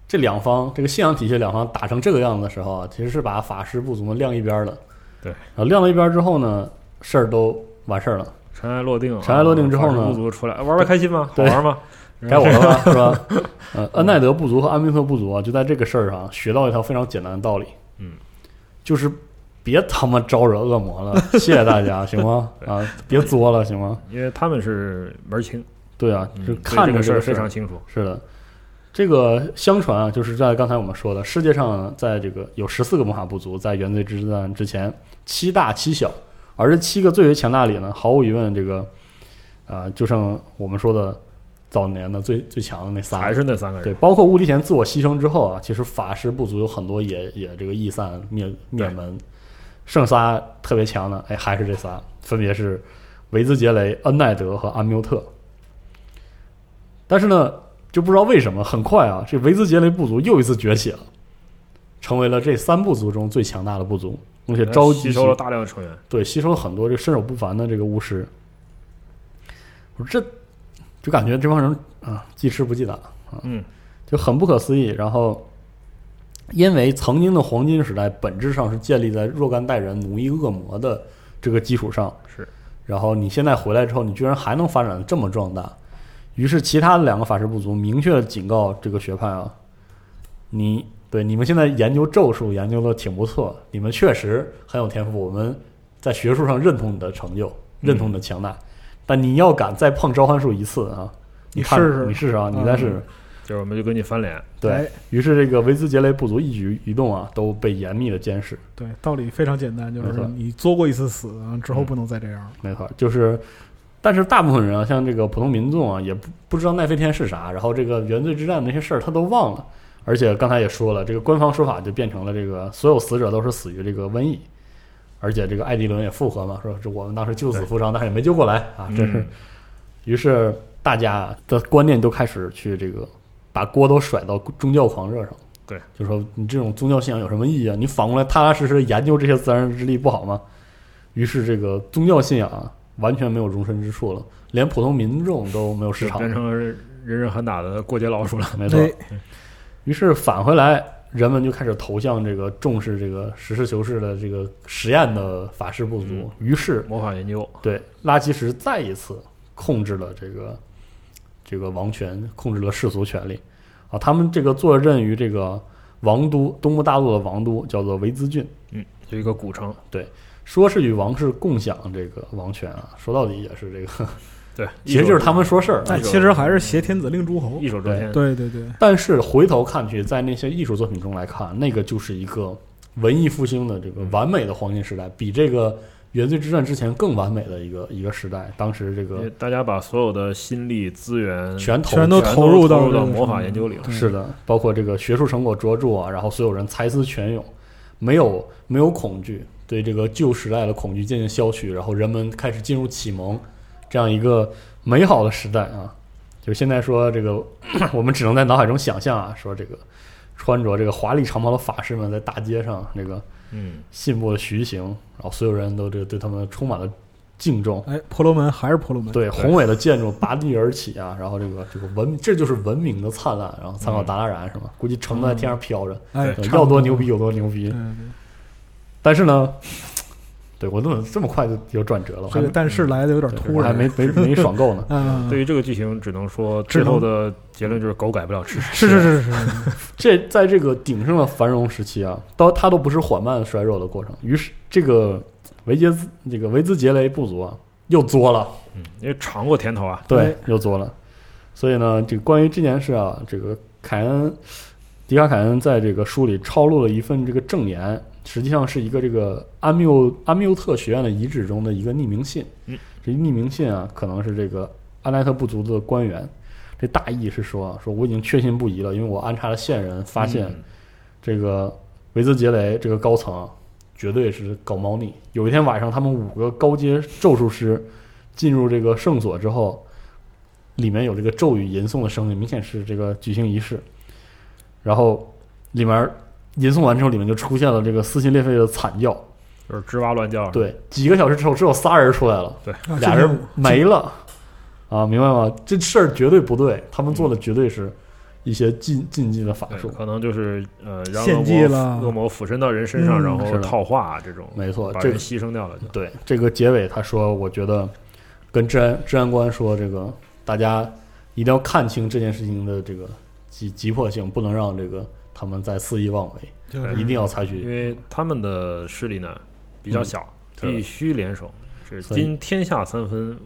Speaker 1: 这两方这个信仰体系两方打成这个样子的时候啊，其实是把法师部族呢晾一边儿了。
Speaker 3: 对
Speaker 1: 然后晾到一边儿之后呢，事儿都完事儿了，
Speaker 3: 尘埃落定了，
Speaker 1: 尘埃落定之后呢
Speaker 3: 法师部族出来玩的开心吗？好
Speaker 1: 对
Speaker 3: 玩吗？
Speaker 1: 该我了 吧，是吧？
Speaker 3: 嗯
Speaker 1: 呃，恩奈德部族和安宾特部族啊，就在这个事儿上学到一条非常简单的道理，
Speaker 3: 嗯，
Speaker 1: 就是别他妈招惹恶魔了，谢谢大 家，行吗？啊，别作了，行吗？
Speaker 3: 因为他们是门儿清，
Speaker 1: 对啊，
Speaker 3: 嗯
Speaker 1: 就
Speaker 3: 对
Speaker 1: 看
Speaker 3: 这
Speaker 1: 着
Speaker 3: 个
Speaker 1: 这
Speaker 3: 事
Speaker 1: 个
Speaker 3: 儿
Speaker 1: 事儿
Speaker 3: 非常清楚。
Speaker 1: 是的，这个相传啊，就是在刚才我们说的，世界上在这个有十四个魔法部族，在原罪之战之前，七大七小，而这七个最为强大里呢，毫无疑问，这个呃，就剩我们说的早年的最最强的那仨
Speaker 3: 还是那三个人，
Speaker 1: 对，包括乌迪贤自我牺牲之后啊，其实法师部族有很多也也这个易散灭灭门，剩仨特别强的，哎，还是这仨，分别是维兹杰雷、恩奈德和安缪特。但是呢，就不知道为什么，很快啊，这维兹杰雷部族又一次崛起了，成为了这三部族中最强大的部族，而且
Speaker 3: 他
Speaker 1: 召集
Speaker 3: 呃吸收了大量的成员，
Speaker 1: 对，吸收了很多这个身手不凡的这个巫师。我说这就感觉这帮人啊，记吃不记打啊，
Speaker 3: 嗯，
Speaker 1: 就很不可思议。然后，因为曾经的黄金时代本质上是建立在若干代人奴役恶魔的这个基础上，
Speaker 3: 是。
Speaker 1: 然后你现在回来之后，你居然还能发展的这么壮大，于是其他的两个法师部族明确地警告这个学派啊，你对你们现在研究咒术研究的挺不错，你们确实很有天赋，我们在学术上认同你的成就，
Speaker 2: 嗯
Speaker 1: 认同你的强大，但你要敢再碰召唤术一次啊，
Speaker 2: 你
Speaker 1: 看
Speaker 2: 试试嗯
Speaker 1: 你试试啊，你再试试。
Speaker 3: 就是我们就跟你翻脸，
Speaker 1: 对、
Speaker 2: 哎
Speaker 1: 于是，这个维兹杰雷部族一举一动啊，都被严密的监视。
Speaker 2: 对，道理非常简单，就
Speaker 1: 没错嗯
Speaker 2: 是你作过一次死，之后不能再这样了。
Speaker 1: 没错，就是，但是大部分人啊，像这个普通民众啊，也不不知道奈飞天是啥，然后这个原罪之战那些事儿他都忘了。而且刚才也说了，这个官方说法就变成了这个所有死者都是死于这个瘟疫，而且这个艾迪伦也附和嘛，说这我们当时救死扶伤，但是也没救过来啊，真是。
Speaker 3: 嗯
Speaker 1: 于是大家的观念都开始去这个把锅都甩到宗教狂热上。
Speaker 3: 对，
Speaker 1: 就说你这种宗教信仰有什么意义啊？你反过来踏踏实实研究这些自然之力不好吗？于是这个宗教信仰啊，完全没有容身之处了，连普通民众都没有市场了
Speaker 3: 变。成了人人喊打的过街老鼠了。
Speaker 1: 没错。
Speaker 2: 对，
Speaker 1: 于是返回来，人们就开始投向这个重视这个实事求是的这个实验的法师部族。
Speaker 3: 嗯
Speaker 1: 于是，
Speaker 3: 魔法研究，
Speaker 1: 对拉基什再一次控制了这个这个王权，控制了世俗权力啊。他们这个坐镇于这个王都东部大陆的王都叫做维兹郡，
Speaker 3: 就一个古城，
Speaker 1: 说是与王室共享这个王权啊，说到底也是这个，
Speaker 3: 对，
Speaker 1: 其实就是他们说事儿啊。
Speaker 2: 但其实还是挟天子令诸侯
Speaker 3: 一。手遮天，
Speaker 2: 对对对，
Speaker 1: 但是回头看去，在那些艺术作品中来看，那个就是一个文艺复兴的这个完美的黄金时代，比这个原罪之战之前更完美的一个一个时代。当时这
Speaker 3: 因为
Speaker 1: 个
Speaker 3: 大家把所有的心力资源
Speaker 1: 全投
Speaker 2: 全都投
Speaker 3: 投
Speaker 2: 入到
Speaker 3: 到
Speaker 2: 这个
Speaker 3: 魔
Speaker 2: 什
Speaker 3: 法
Speaker 2: 么
Speaker 3: 研究里了。
Speaker 2: 对
Speaker 1: 是的，包括这个学术成果卓著啊，然后所有人才思泉涌，没有没有恐惧，对这个旧时代的恐惧渐渐消去，然后人们开始进入启蒙这样一个美好的时代啊。就现在说这个， 我们只能在脑海中想象啊，说这个穿着这个华丽长袍的法师们在大街上那个
Speaker 3: 嗯，
Speaker 1: 信步的徐行，然后所有人都这个对他们充满了敬重。
Speaker 2: 哎，婆罗门还是婆罗门。
Speaker 1: 对宏伟的建筑拔地而起啊，然后这个这个文，这就是文明的灿烂。然后参考达拉然是吗？估计城都在天上飘着，
Speaker 2: 哎，
Speaker 1: 对
Speaker 2: 嗯差不
Speaker 1: 要多牛逼嗯有多牛逼
Speaker 2: 对。对
Speaker 1: 但是呢，对我怎么这么快就有转折了？我还
Speaker 2: 这个但是来的有点
Speaker 1: 对
Speaker 2: 突
Speaker 1: 我还
Speaker 2: 然。。
Speaker 1: 没没没爽够呢
Speaker 2: 嗯，
Speaker 3: 对于这个剧情，只能说
Speaker 2: 只
Speaker 3: 最
Speaker 2: 能
Speaker 3: 后的结论就是狗改不了吃屎。
Speaker 2: 是 是是是是，
Speaker 1: 这在这个鼎盛的繁荣时期啊，到它都不是缓慢衰弱的过程。于是这个维杰兹这个维兹杰雷部族啊，又作了。
Speaker 3: 嗯，因为尝过甜头啊，
Speaker 1: 对
Speaker 2: 哎，
Speaker 1: 又作了。所以呢，这个关于这件事啊，这个凯恩，迪卡凯恩在这个书里抄录了一份这个证言，实际上是一个这个安缪安缪特学院的遗址中的一个匿名信。
Speaker 3: 嗯，
Speaker 1: 这匿名信啊，可能是这个安莱特部族的官员。这大意是说啊，说我已经确信不疑了，因为我安插了线人，发现
Speaker 3: 嗯
Speaker 1: 这个维兹杰雷这个高层啊绝对是搞猫腻。有一天晚上，他们五个高阶咒术师进入这个圣所之后，里面有这个咒语吟诵的声音，明显是这个举行仪式。然后里面吟诵完之后，里面就出现了这个撕心裂肺的惨叫。
Speaker 3: 就是吱哇乱叫。，
Speaker 1: 对，几个小时之后，只有仨人出来了，
Speaker 2: 啊
Speaker 1: 俩人没了。啊，明白吗？这事儿绝对不对，他们做的绝对是一些禁禁忌的法术。
Speaker 3: 可能就是呃，让
Speaker 2: 献
Speaker 3: 恶
Speaker 2: 祭
Speaker 3: 魔
Speaker 2: 了
Speaker 3: 恶魔附身到人身
Speaker 2: 嗯
Speaker 3: 上，然
Speaker 1: 是
Speaker 3: 后
Speaker 1: 的
Speaker 3: 套话啊这种，
Speaker 1: 没错，
Speaker 3: 把
Speaker 1: 这
Speaker 3: 人
Speaker 1: 个嗯
Speaker 3: 牺牲掉了就。
Speaker 1: 对这个结尾，他说：“我觉得跟治安治安官说，这个大家一定要看清这件事情的这个急急迫性，不能让这个他们再肆意妄为，
Speaker 2: 就是
Speaker 1: 一定要采
Speaker 3: 因
Speaker 1: 取
Speaker 3: 为他们的势力呢比较小，
Speaker 1: 嗯
Speaker 3: 必须联手。是
Speaker 1: 所以
Speaker 3: 今天下三分，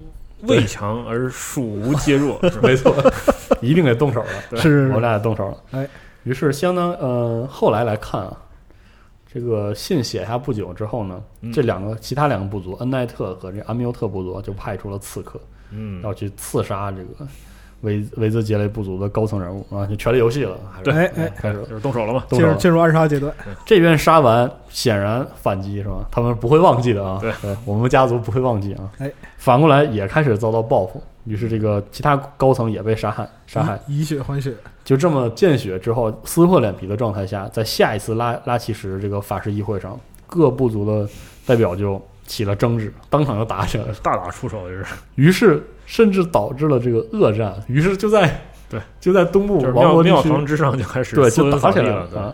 Speaker 3: 魏强而蜀吴皆弱。是吧
Speaker 1: 没错，一定得动手了。
Speaker 3: 对
Speaker 1: 我
Speaker 2: 是
Speaker 1: 们俩也动手了。
Speaker 2: 哎，
Speaker 1: 于是相当呃，后来来看啊，这个信写下不久之后呢，
Speaker 3: 嗯
Speaker 1: 这两个其他两个部族恩奈特和这安缪特部族就派出了刺客，
Speaker 3: 嗯，
Speaker 1: 要去刺杀这个维维兹杰雷部族的高层人物啊，就权力游戏了，还是
Speaker 2: 对哎哎
Speaker 1: 开始了
Speaker 3: 就是动手了嘛。
Speaker 1: 动
Speaker 2: 进
Speaker 1: 手
Speaker 2: 入
Speaker 1: 了。
Speaker 2: 进入暗杀阶段，
Speaker 1: 这边杀完，显然反击是吧？他们不会忘记的啊。
Speaker 3: 对
Speaker 1: 我们家族不会忘记啊。
Speaker 2: 哎，
Speaker 1: 反过来也开始遭到报复，于是这个其他高层也被杀害，杀害。嗯
Speaker 2: 以以血还血，
Speaker 1: 就这么见血之后，撕破脸皮的状态下，在下一次拉拉奇什这个法师议会上，各部族的代表就起了争执，当场就打起来了。
Speaker 3: 大打出手就是，
Speaker 1: 于是甚至导致了这个恶战。于是就在
Speaker 3: 对
Speaker 1: 就在东部
Speaker 3: 就是
Speaker 1: 王
Speaker 3: 庙
Speaker 1: 国地
Speaker 3: 庙
Speaker 1: 区
Speaker 3: 堂之上就开始
Speaker 1: 对，
Speaker 3: 四
Speaker 1: 就
Speaker 3: 分
Speaker 1: 打
Speaker 3: 扫
Speaker 1: 起
Speaker 3: 地
Speaker 1: 来
Speaker 3: 了。对
Speaker 1: 啊。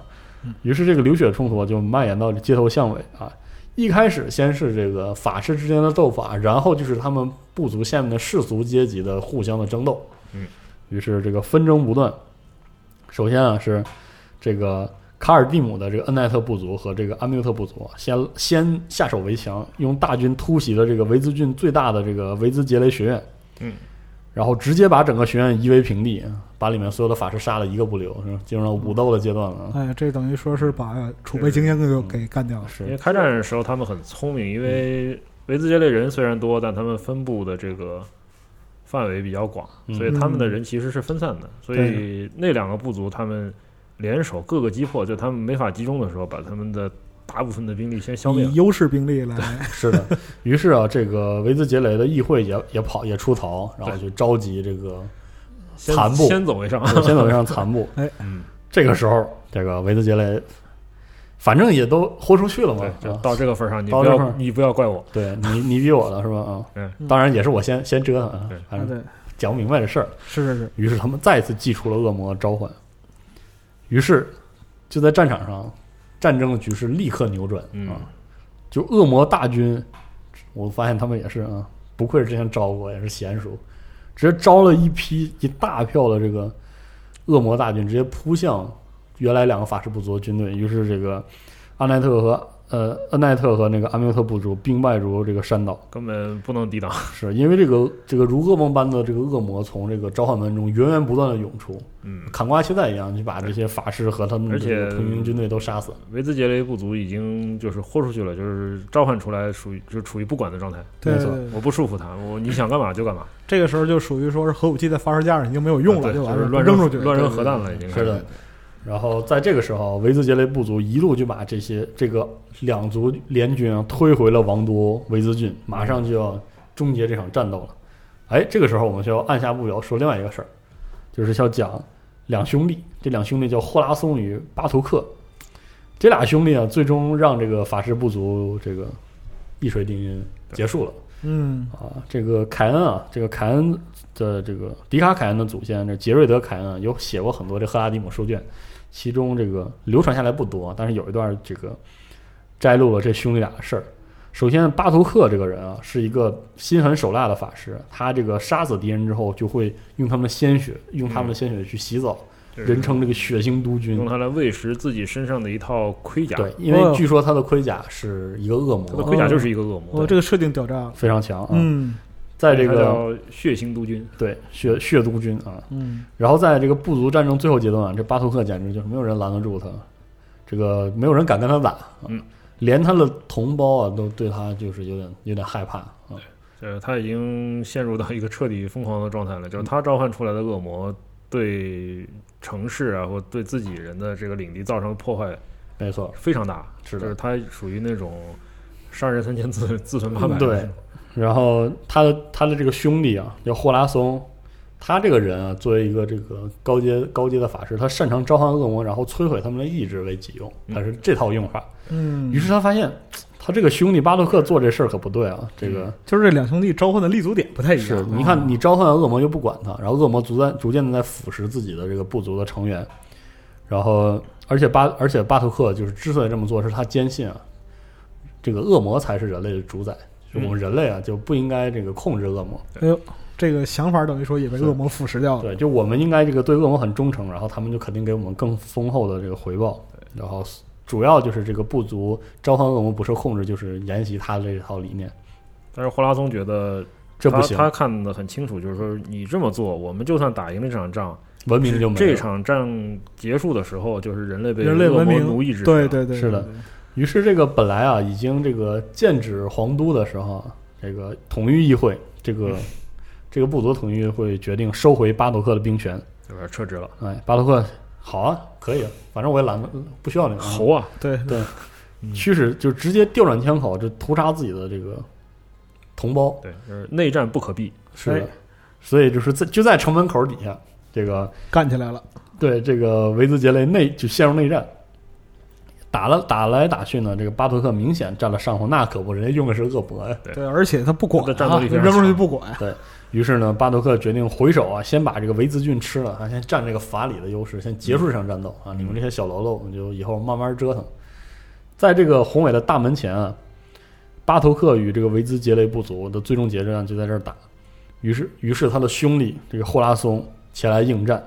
Speaker 1: 于是这个流血冲突就蔓延到街头巷尾啊。一开始先是这个法师之间的斗法，然后就是他们部族下面的世俗阶级的互相的争斗。
Speaker 3: 嗯，
Speaker 1: 于是这个纷争不断。首先啊是这个卡尔蒂姆的这个恩奈特部族和这个安缪特部族啊先先下手为强，用大军突袭了这个维兹郡最大的这个维兹杰雷学院。
Speaker 3: 嗯。
Speaker 1: 然后直接把整个学院夷为平地，把里面所有的法师杀了一个不留，是吧进入了武斗的阶段了啊。
Speaker 3: 嗯
Speaker 2: 哎，这等于说是把储备经验给给干掉了。
Speaker 1: 嗯是
Speaker 3: 因为开
Speaker 1: 嗯
Speaker 3: 战的时候他们很聪明，因为维兹杰类人虽然多，但他们分布的这个范围比较广，
Speaker 1: 嗯
Speaker 3: 所以他们的人其实是分散的，所以那两个部族他们联手各个击破，就他们没法集中的时候，把他们的大部分的兵力先消灭了
Speaker 2: 以。优势兵力来，啊
Speaker 1: 是的，于是啊，这个维兹杰雷的议会也也跑也出逃，然后去召集这个
Speaker 3: 先
Speaker 1: 残部
Speaker 3: 先走为上，
Speaker 1: 先走上残部。
Speaker 3: 嗯，
Speaker 1: 这个时候，这个维兹杰雷，反正也都豁出去了嘛
Speaker 3: 对，，就
Speaker 1: 啊
Speaker 3: 到这个份儿上，你
Speaker 1: 到
Speaker 3: 不
Speaker 1: 这份
Speaker 3: 要
Speaker 1: 儿
Speaker 3: 你不要怪我，
Speaker 1: 对你你逼我的是吧？啊，
Speaker 3: 嗯
Speaker 1: 当然也是我先先折腾啊
Speaker 3: 对，
Speaker 1: 反
Speaker 2: 啊
Speaker 1: 正
Speaker 2: 对，
Speaker 1: 讲不明白这事儿。
Speaker 2: 是是是，
Speaker 1: 于是他们再次祭出了恶魔召唤，于是就在战场上，战争的局势立刻扭转
Speaker 3: 嗯
Speaker 1: 啊！就恶魔大军，我发现他们也是啊，不愧是之前招过，也是娴熟，直接招了一批一大票的这个恶魔大军，直接扑向原来两个法师部族的军队。于是这个阿奈特和呃恩奈特和那个阿缪特部族兵败如这个山倒。
Speaker 3: 根本不能抵挡。
Speaker 1: 是因为这个这个如噩梦般的这个恶魔从这个召唤门中源源不断的涌出，
Speaker 3: 嗯，
Speaker 1: 砍瓜切菜一样就把这些法师和他们的
Speaker 3: 而
Speaker 1: 这个
Speaker 3: 且
Speaker 1: 同行军队都杀死。
Speaker 3: 维兹杰雷部族已经就是豁出去了，就是召唤出来，属于就处于不管的状态。
Speaker 2: 对
Speaker 1: 没错
Speaker 2: 对
Speaker 3: 我
Speaker 2: 对，
Speaker 3: 不束缚他，我你想干嘛就干嘛，啊
Speaker 2: 这个时候就属于说是核武器在发射架上已经没有用
Speaker 1: 啊
Speaker 3: 对
Speaker 2: 了，完
Speaker 3: 就
Speaker 2: 了，
Speaker 3: 是乱
Speaker 2: 扔
Speaker 3: 扔
Speaker 2: 出去，
Speaker 3: 乱扔核弹
Speaker 2: 了。
Speaker 3: 了，已经
Speaker 1: 是的。然后在这个时候，维兹杰雷部族一路就把这些这个两族联军啊推回了王都维兹郡，马上就要终结这场战斗了。哎，这个时候我们需要按下不表说另外一个事儿，就是要讲两兄弟，这两兄弟叫霍拉松与巴图克，这俩兄弟啊，最终让这个法师部族这个一锤定音结束了。
Speaker 2: 嗯，
Speaker 1: 啊，这个凯恩啊，这个凯恩的这个迪卡凯恩的祖先，这杰瑞德凯恩啊，有写过很多这赫拉迪姆书卷，其中这个流传下来不多，但是有一段这个摘录了这兄弟俩的事儿。首先，巴图克这个人啊，是一个心狠手辣的法师，他这个杀死敌人之后，就会用他们的鲜血，用他们的鲜血去洗澡，
Speaker 3: 就是
Speaker 1: 人称这个血腥督军
Speaker 3: 嗯用。它来喂食自己身上的一套盔甲，
Speaker 1: 对，因为据说他的盔甲是一个恶
Speaker 3: 它的
Speaker 1: 魔，
Speaker 3: 盔甲就是一个恶魔
Speaker 2: 哦我，这个设定屌炸了。
Speaker 1: 非常强啊。
Speaker 2: 嗯
Speaker 1: 在这
Speaker 3: 它
Speaker 1: 个
Speaker 3: 叫血腥督军，
Speaker 1: 对血血督军啊，
Speaker 2: 嗯，
Speaker 1: 然后在这个部族战争最后阶段，这巴图克简直就是没有人拦得住他，这个没有人敢跟他打，啊
Speaker 3: 嗯
Speaker 1: 连他的同胞啊都对他就是有点有点害怕啊，
Speaker 3: 呃，他已经陷入到一个彻底疯狂的状态了，就是他召唤出来的恶魔对城市啊，或对自己人的这个领地造成的破坏
Speaker 1: 没错，
Speaker 3: 非常大，
Speaker 1: 是
Speaker 3: 就是
Speaker 1: 的。
Speaker 3: 他属于那种杀人三千自自损八百，
Speaker 1: 嗯对，然后他的他的这个兄弟啊叫霍拉松，他这个人啊作为一个这个高阶高阶的法师，他擅长召唤恶魔，然后摧毁他们的意志为己用，
Speaker 3: 嗯
Speaker 1: 他是这套用法。
Speaker 2: 嗯，
Speaker 1: 于是他发现，他这个兄弟巴洛克做这事儿可不对啊，这
Speaker 3: 嗯
Speaker 1: 个。
Speaker 2: 就是这两兄弟召唤的立足点不太一样
Speaker 1: 是，
Speaker 2: 啊。
Speaker 1: 你看你召唤恶魔又不管他，然后恶魔逐在逐渐的在腐蚀自己的这个部族的成员，然后而且巴而且巴图克就是之所以这么做，是他坚信啊，这个恶魔才是人类的主宰，就
Speaker 3: 嗯
Speaker 1: 我们人类啊就不应该这个控制恶魔，
Speaker 2: 哎呦，这个想法等于说也被恶魔腐蚀
Speaker 3: 嗯
Speaker 2: 掉了。
Speaker 1: 对，就我们应该这个对恶魔很忠诚，然后他们就肯定给我们更丰厚的这个回报，然后主要就是这个部族召唤恶魔不受控制，就是沿袭他的这套理念，
Speaker 3: 但是霍拉松觉得
Speaker 1: 这不
Speaker 3: 他
Speaker 1: 行，
Speaker 3: 他看得很清楚，就是说你这么做，我们就算打赢了这场仗，
Speaker 1: 文明就没
Speaker 3: 这
Speaker 1: 了。
Speaker 3: 场仗结束的时候，就是人类被
Speaker 2: 人类
Speaker 3: 恶
Speaker 2: 文
Speaker 3: 魔
Speaker 2: 明
Speaker 3: 奴役之下
Speaker 2: 对对对，
Speaker 1: 是的于是这个本来啊，已经这个剑指皇都的时候啊，这个统一议会，这个、
Speaker 2: 嗯
Speaker 1: 这个部族统一议会决定收回巴图克的兵权。
Speaker 3: 就是撤职了。
Speaker 1: 哎，巴图克，好啊，可以啊，反正我也懒得，不需要你了啊。
Speaker 3: 猴啊，
Speaker 2: 对对，
Speaker 1: 驱使就直接调转枪口，就屠杀自己的这个同胞。
Speaker 3: 对，就是内战不可避。
Speaker 1: 是的，
Speaker 2: 哎
Speaker 1: 所以就是在就在城门口底下，这个
Speaker 2: 干起来了。
Speaker 1: 对这个维兹杰雷内就陷入内战。打了打来打去呢，这个巴图克明显占了上风，那可不，人家用的是恶魔呀。
Speaker 3: 对
Speaker 2: 对，而且他不管
Speaker 3: 他的战斗
Speaker 2: 啊，
Speaker 3: 力非常
Speaker 2: 扔出去
Speaker 3: 强
Speaker 2: 不管。
Speaker 1: 于是呢，巴图克决定回首啊，先把这个维兹郡吃了啊，先占这个法里的优势，先结束这场战斗啊。你们这些小喽啰，我们就以后慢慢折腾。在这个宏伟的大门前啊，巴图克与这个维兹杰雷部族的最终决战就在这儿打。于是，于是他的兄弟这个霍拉松前来应战。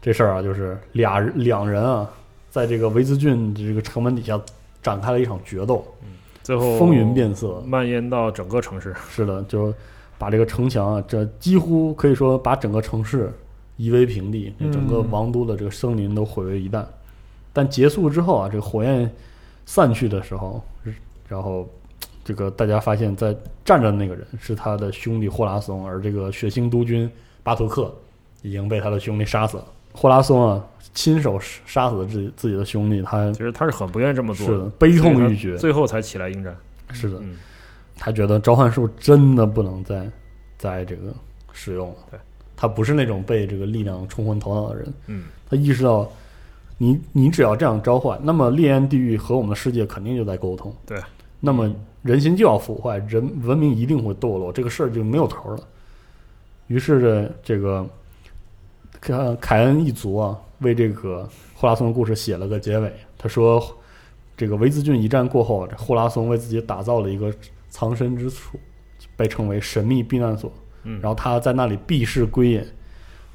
Speaker 1: 这事儿啊，就是俩人两人啊，在这个维兹郡这个城门底下展开了一场决斗，
Speaker 3: 最后
Speaker 1: 风云变色，
Speaker 3: 蔓延到整个城市，
Speaker 1: 是的，就把这个城墙啊，这几乎可以说把整个城市夷为平地，
Speaker 2: 嗯
Speaker 1: 整个王都的这个森林都毁为一旦。但结束之后啊，这个火焰散去的时候，然后这个大家发现，在站着的那个人是他的兄弟霍拉松，而这个血腥督军巴图克已经被他的兄弟杀死了。霍拉松啊，亲手杀死了自己自己的兄弟，他
Speaker 3: 其实他是很不愿意这么做
Speaker 1: 是
Speaker 3: 的，
Speaker 1: 的悲痛欲
Speaker 3: 所以他
Speaker 1: 绝，
Speaker 3: 最后才起来应战。
Speaker 1: 是的，
Speaker 3: 嗯，
Speaker 1: 他觉得召唤术真的不能再再这个使用了。
Speaker 3: 对，
Speaker 1: 他不是那种被这个力量冲昏头脑的人，
Speaker 3: 嗯，
Speaker 1: 他意识到你你只要这样召唤，那么烈焰地狱和我们的世界肯定就在沟通。
Speaker 3: 对，
Speaker 1: 那么人心就要腐坏，人文明一定会堕落，这个事儿就没有头儿了。于是这这个凯凯恩一族啊，为这个霍拉松的故事写了个结尾。他说，这个维兹郡一战过后，这霍拉松为自己打造了一个藏身之处，被称为神秘避难所。
Speaker 3: 嗯
Speaker 1: 然后他在那里避世归隐，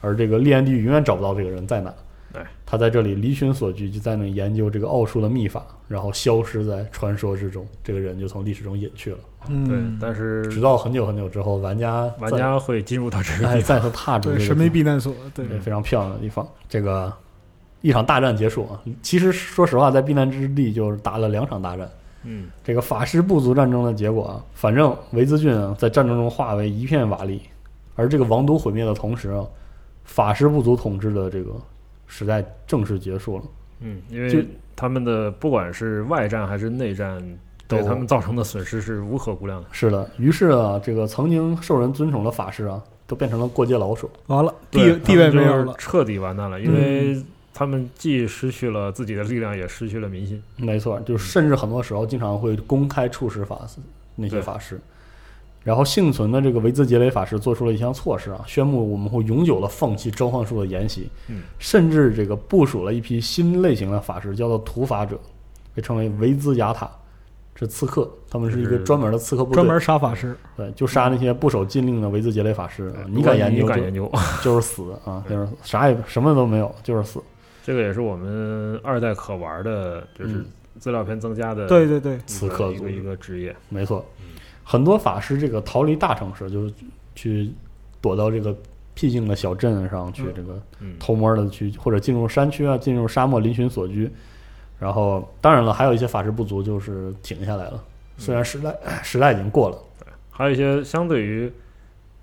Speaker 1: 而这个烈焰地狱永远找不到这个人在哪。
Speaker 3: 对，
Speaker 1: 他在这里离群索居，就在那研究这个奥数的秘法，然后消失在传说之中。这个人就从历史中隐去了，
Speaker 3: 对
Speaker 2: 嗯，，
Speaker 3: 但
Speaker 1: 直
Speaker 3: 是
Speaker 1: 到很久很久之后，玩家
Speaker 3: 玩
Speaker 1: 再
Speaker 3: 家会进入到这个
Speaker 1: 哎
Speaker 3: 地方，
Speaker 1: 再次踏出
Speaker 2: 对
Speaker 1: 这个
Speaker 2: 神
Speaker 1: 地
Speaker 2: 秘
Speaker 1: 方
Speaker 2: 避难所，对，
Speaker 1: 对，非常漂亮的地方。这个一场大战结束啊，其实说实话，在避难之地就是打了两场大战。
Speaker 3: 嗯，
Speaker 1: 这个法师部族战争的结果啊，反正维兹郡啊在战争中化为一片瓦砾，而这个王都毁灭的同时啊，法师部族统治的这个时代正式结束了。
Speaker 3: 嗯，因
Speaker 1: 就
Speaker 3: 为他们的不管是外战还是内战，对
Speaker 1: 都
Speaker 3: 他们造成的损失是无可估量的。
Speaker 1: 是的，于是啊，这个曾经受人尊崇的法师啊，都变成了过街老鼠。
Speaker 2: 完了，
Speaker 3: 对
Speaker 2: 地
Speaker 3: 他
Speaker 2: 地
Speaker 3: 们
Speaker 2: 位没
Speaker 3: 就
Speaker 2: 有
Speaker 3: 是哦
Speaker 2: 了，
Speaker 3: 彻底完蛋了，因
Speaker 1: 嗯
Speaker 3: 为他们既失去了自己的力量，也失去了民心。
Speaker 1: 没错，就
Speaker 3: 嗯
Speaker 1: 甚至很多时候经常会公开处死法师那些
Speaker 3: 对
Speaker 1: 法师。然后幸存的这个维兹杰雷法师做出了一项措施啊，宣布我们会永久的放弃召唤术的研习，
Speaker 3: 嗯
Speaker 1: 甚至这个部署了一批新类型的法师，叫做土法者，被称为维兹雅塔，是刺客，他们是一
Speaker 3: 就
Speaker 1: 个
Speaker 3: 是
Speaker 1: 专门的刺客部队，
Speaker 2: 专门杀法师，
Speaker 1: 对，就杀那些不守禁令的维兹杰雷法师啊，
Speaker 3: 如
Speaker 1: 你
Speaker 3: 果
Speaker 1: 敢研究
Speaker 3: 嗯你敢嗯
Speaker 1: 就
Speaker 3: 研究，
Speaker 1: 就是死啊，就是啥也什么都没有，就是死。
Speaker 3: 这个也是我们二代可玩的，就是
Speaker 1: 嗯
Speaker 3: 资料片增加的
Speaker 2: 对对对，
Speaker 1: 刺客
Speaker 3: 一
Speaker 1: 组
Speaker 3: 个
Speaker 1: 织
Speaker 3: 一个职业。
Speaker 1: 没错，很多法师这个逃离大城市，就是去躲到这个僻静的小镇上去，
Speaker 2: 嗯
Speaker 1: 这个
Speaker 3: 嗯，
Speaker 1: 偷摸的去，或者进入山区啊，进入沙漠林群所居。然后，当然了，还有一些法师部族就是停下来了，虽然时代 时代已经过了，
Speaker 3: 还有一些相对于，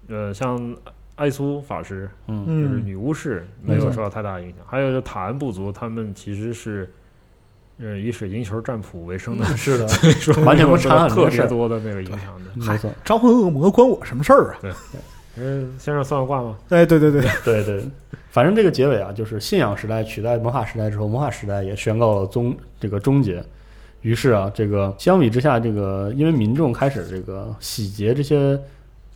Speaker 3: 呃，像艾苏法师
Speaker 1: 嗯，
Speaker 3: 就是
Speaker 2: 嗯，
Speaker 3: 女巫师
Speaker 1: 没
Speaker 3: 没
Speaker 1: 错
Speaker 3: 有受到太大影响，还有就塔恩部族，他们其实是，呃，以水晶球占卜为生的，
Speaker 1: 是的，
Speaker 3: 所以说
Speaker 1: 完全不
Speaker 3: 没有受到
Speaker 1: 掺和
Speaker 3: 特
Speaker 1: 这事儿
Speaker 3: 别多的那个影响的。
Speaker 1: 没错，
Speaker 2: 召唤恶魔关我什么事儿啊？
Speaker 3: 嗯，先生算个卦吗？
Speaker 2: 哎，对对对，
Speaker 1: 对对，反正这个结尾啊，就是信仰时代取代魔法时代之后，魔法时代也宣告了终这个终结。于是啊，这个相比之下，这个因为民众开始这个洗劫这些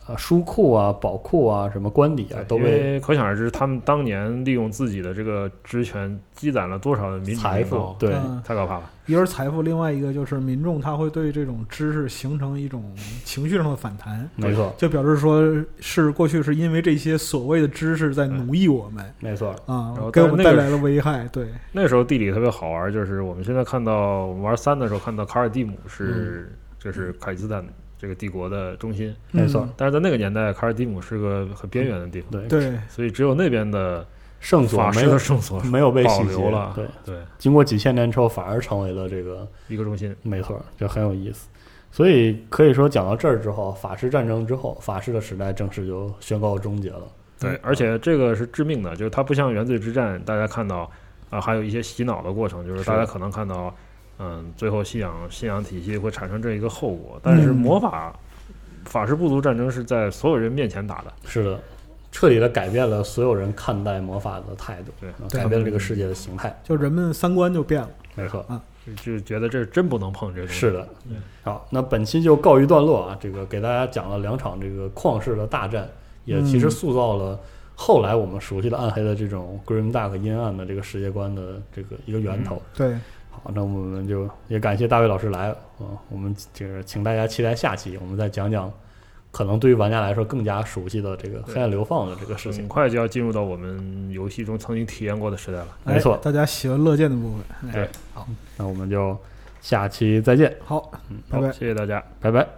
Speaker 1: 呃书库啊、宝库啊、什么官邸啊，都
Speaker 3: 因
Speaker 1: 被
Speaker 3: 为可想而知，他们当年利用自己的这个职权积攒了多少的民主
Speaker 1: 财
Speaker 3: 面
Speaker 1: 富
Speaker 3: 貌，
Speaker 1: 对
Speaker 2: 嗯
Speaker 3: 太可怕了。
Speaker 2: 一个是财富，另外一个就是民众他会对这种知识形成一种情绪上的反弹，
Speaker 1: 没错，
Speaker 2: 就表示说是过去是因为这些所谓的知识在奴役我们
Speaker 1: 没错，
Speaker 2: 啊
Speaker 3: 哎然后，
Speaker 2: 给我们
Speaker 3: 但是那
Speaker 2: 带
Speaker 3: 个
Speaker 2: 来了危害。对，
Speaker 3: 那时候地理特别好玩，就是我们现在看到我们玩三的时候看到卡尔蒂姆是、
Speaker 1: 嗯
Speaker 3: 就是凯斯坦这个帝国的中心，
Speaker 1: 没错
Speaker 2: 嗯，
Speaker 3: 但是在那个年代，卡尔蒂姆是个很边缘的地方，
Speaker 1: 对，
Speaker 2: 对，
Speaker 3: 所以只有那边的
Speaker 1: 圣所
Speaker 3: 法
Speaker 1: 没
Speaker 3: 师的
Speaker 1: 有
Speaker 3: 圣所
Speaker 1: 没有被
Speaker 3: 保
Speaker 1: 洗劫
Speaker 3: 留了，
Speaker 1: 对，
Speaker 3: 对，
Speaker 1: 经过几千年之后，反而成为了这个
Speaker 3: 一个中心，
Speaker 1: 没错，这很有意思。所以可以说，讲到这儿之后，法师战争之后，法师的时代正式就宣告终结了。
Speaker 3: 对，嗯而且
Speaker 1: 嗯
Speaker 3: 这个是致命的，就是它不像原罪之战，大家看到啊、还有一些洗脑的过程，就是
Speaker 1: 是
Speaker 3: 大家可能看到，嗯，最后信仰信仰体系会产生这一个后果，但是
Speaker 2: 嗯
Speaker 3: 魔法、法师部族战争是在所有人面前打的，
Speaker 1: 是的，彻底的改变了所有人看待魔法的态度，
Speaker 3: 对
Speaker 1: 啊
Speaker 2: 对
Speaker 1: 改变了这个世界的形态。
Speaker 2: 就人们三观就变了。
Speaker 1: 没错，
Speaker 3: 就就觉得这真不能碰这个东西。
Speaker 1: 是的
Speaker 3: 对。
Speaker 1: 好，那本期就告一段落啊。这个给大家讲了两场这个旷世的大战，也其实
Speaker 2: 嗯
Speaker 1: 塑造了后来我们熟悉的暗黑的这种 grim dark 阴暗的这个世界观的这个一个源头。
Speaker 2: 对，
Speaker 1: 好，那我们就也感谢大卫老师来啊、我们这个请大家期待下期，我们再讲讲可能对于玩家来说更加熟悉的这个黑暗流放的这个事
Speaker 3: 很
Speaker 1: 情。
Speaker 3: 快就要进入到我们游戏中曾经体验过的时代了。
Speaker 1: 没错
Speaker 2: 哎大家喜闻乐见的部分。哎
Speaker 3: 对
Speaker 1: 那我们就下期再见，
Speaker 2: 好，拜
Speaker 3: 好，
Speaker 2: 拜。
Speaker 3: 谢谢大家。
Speaker 1: 拜拜。
Speaker 2: 拜拜。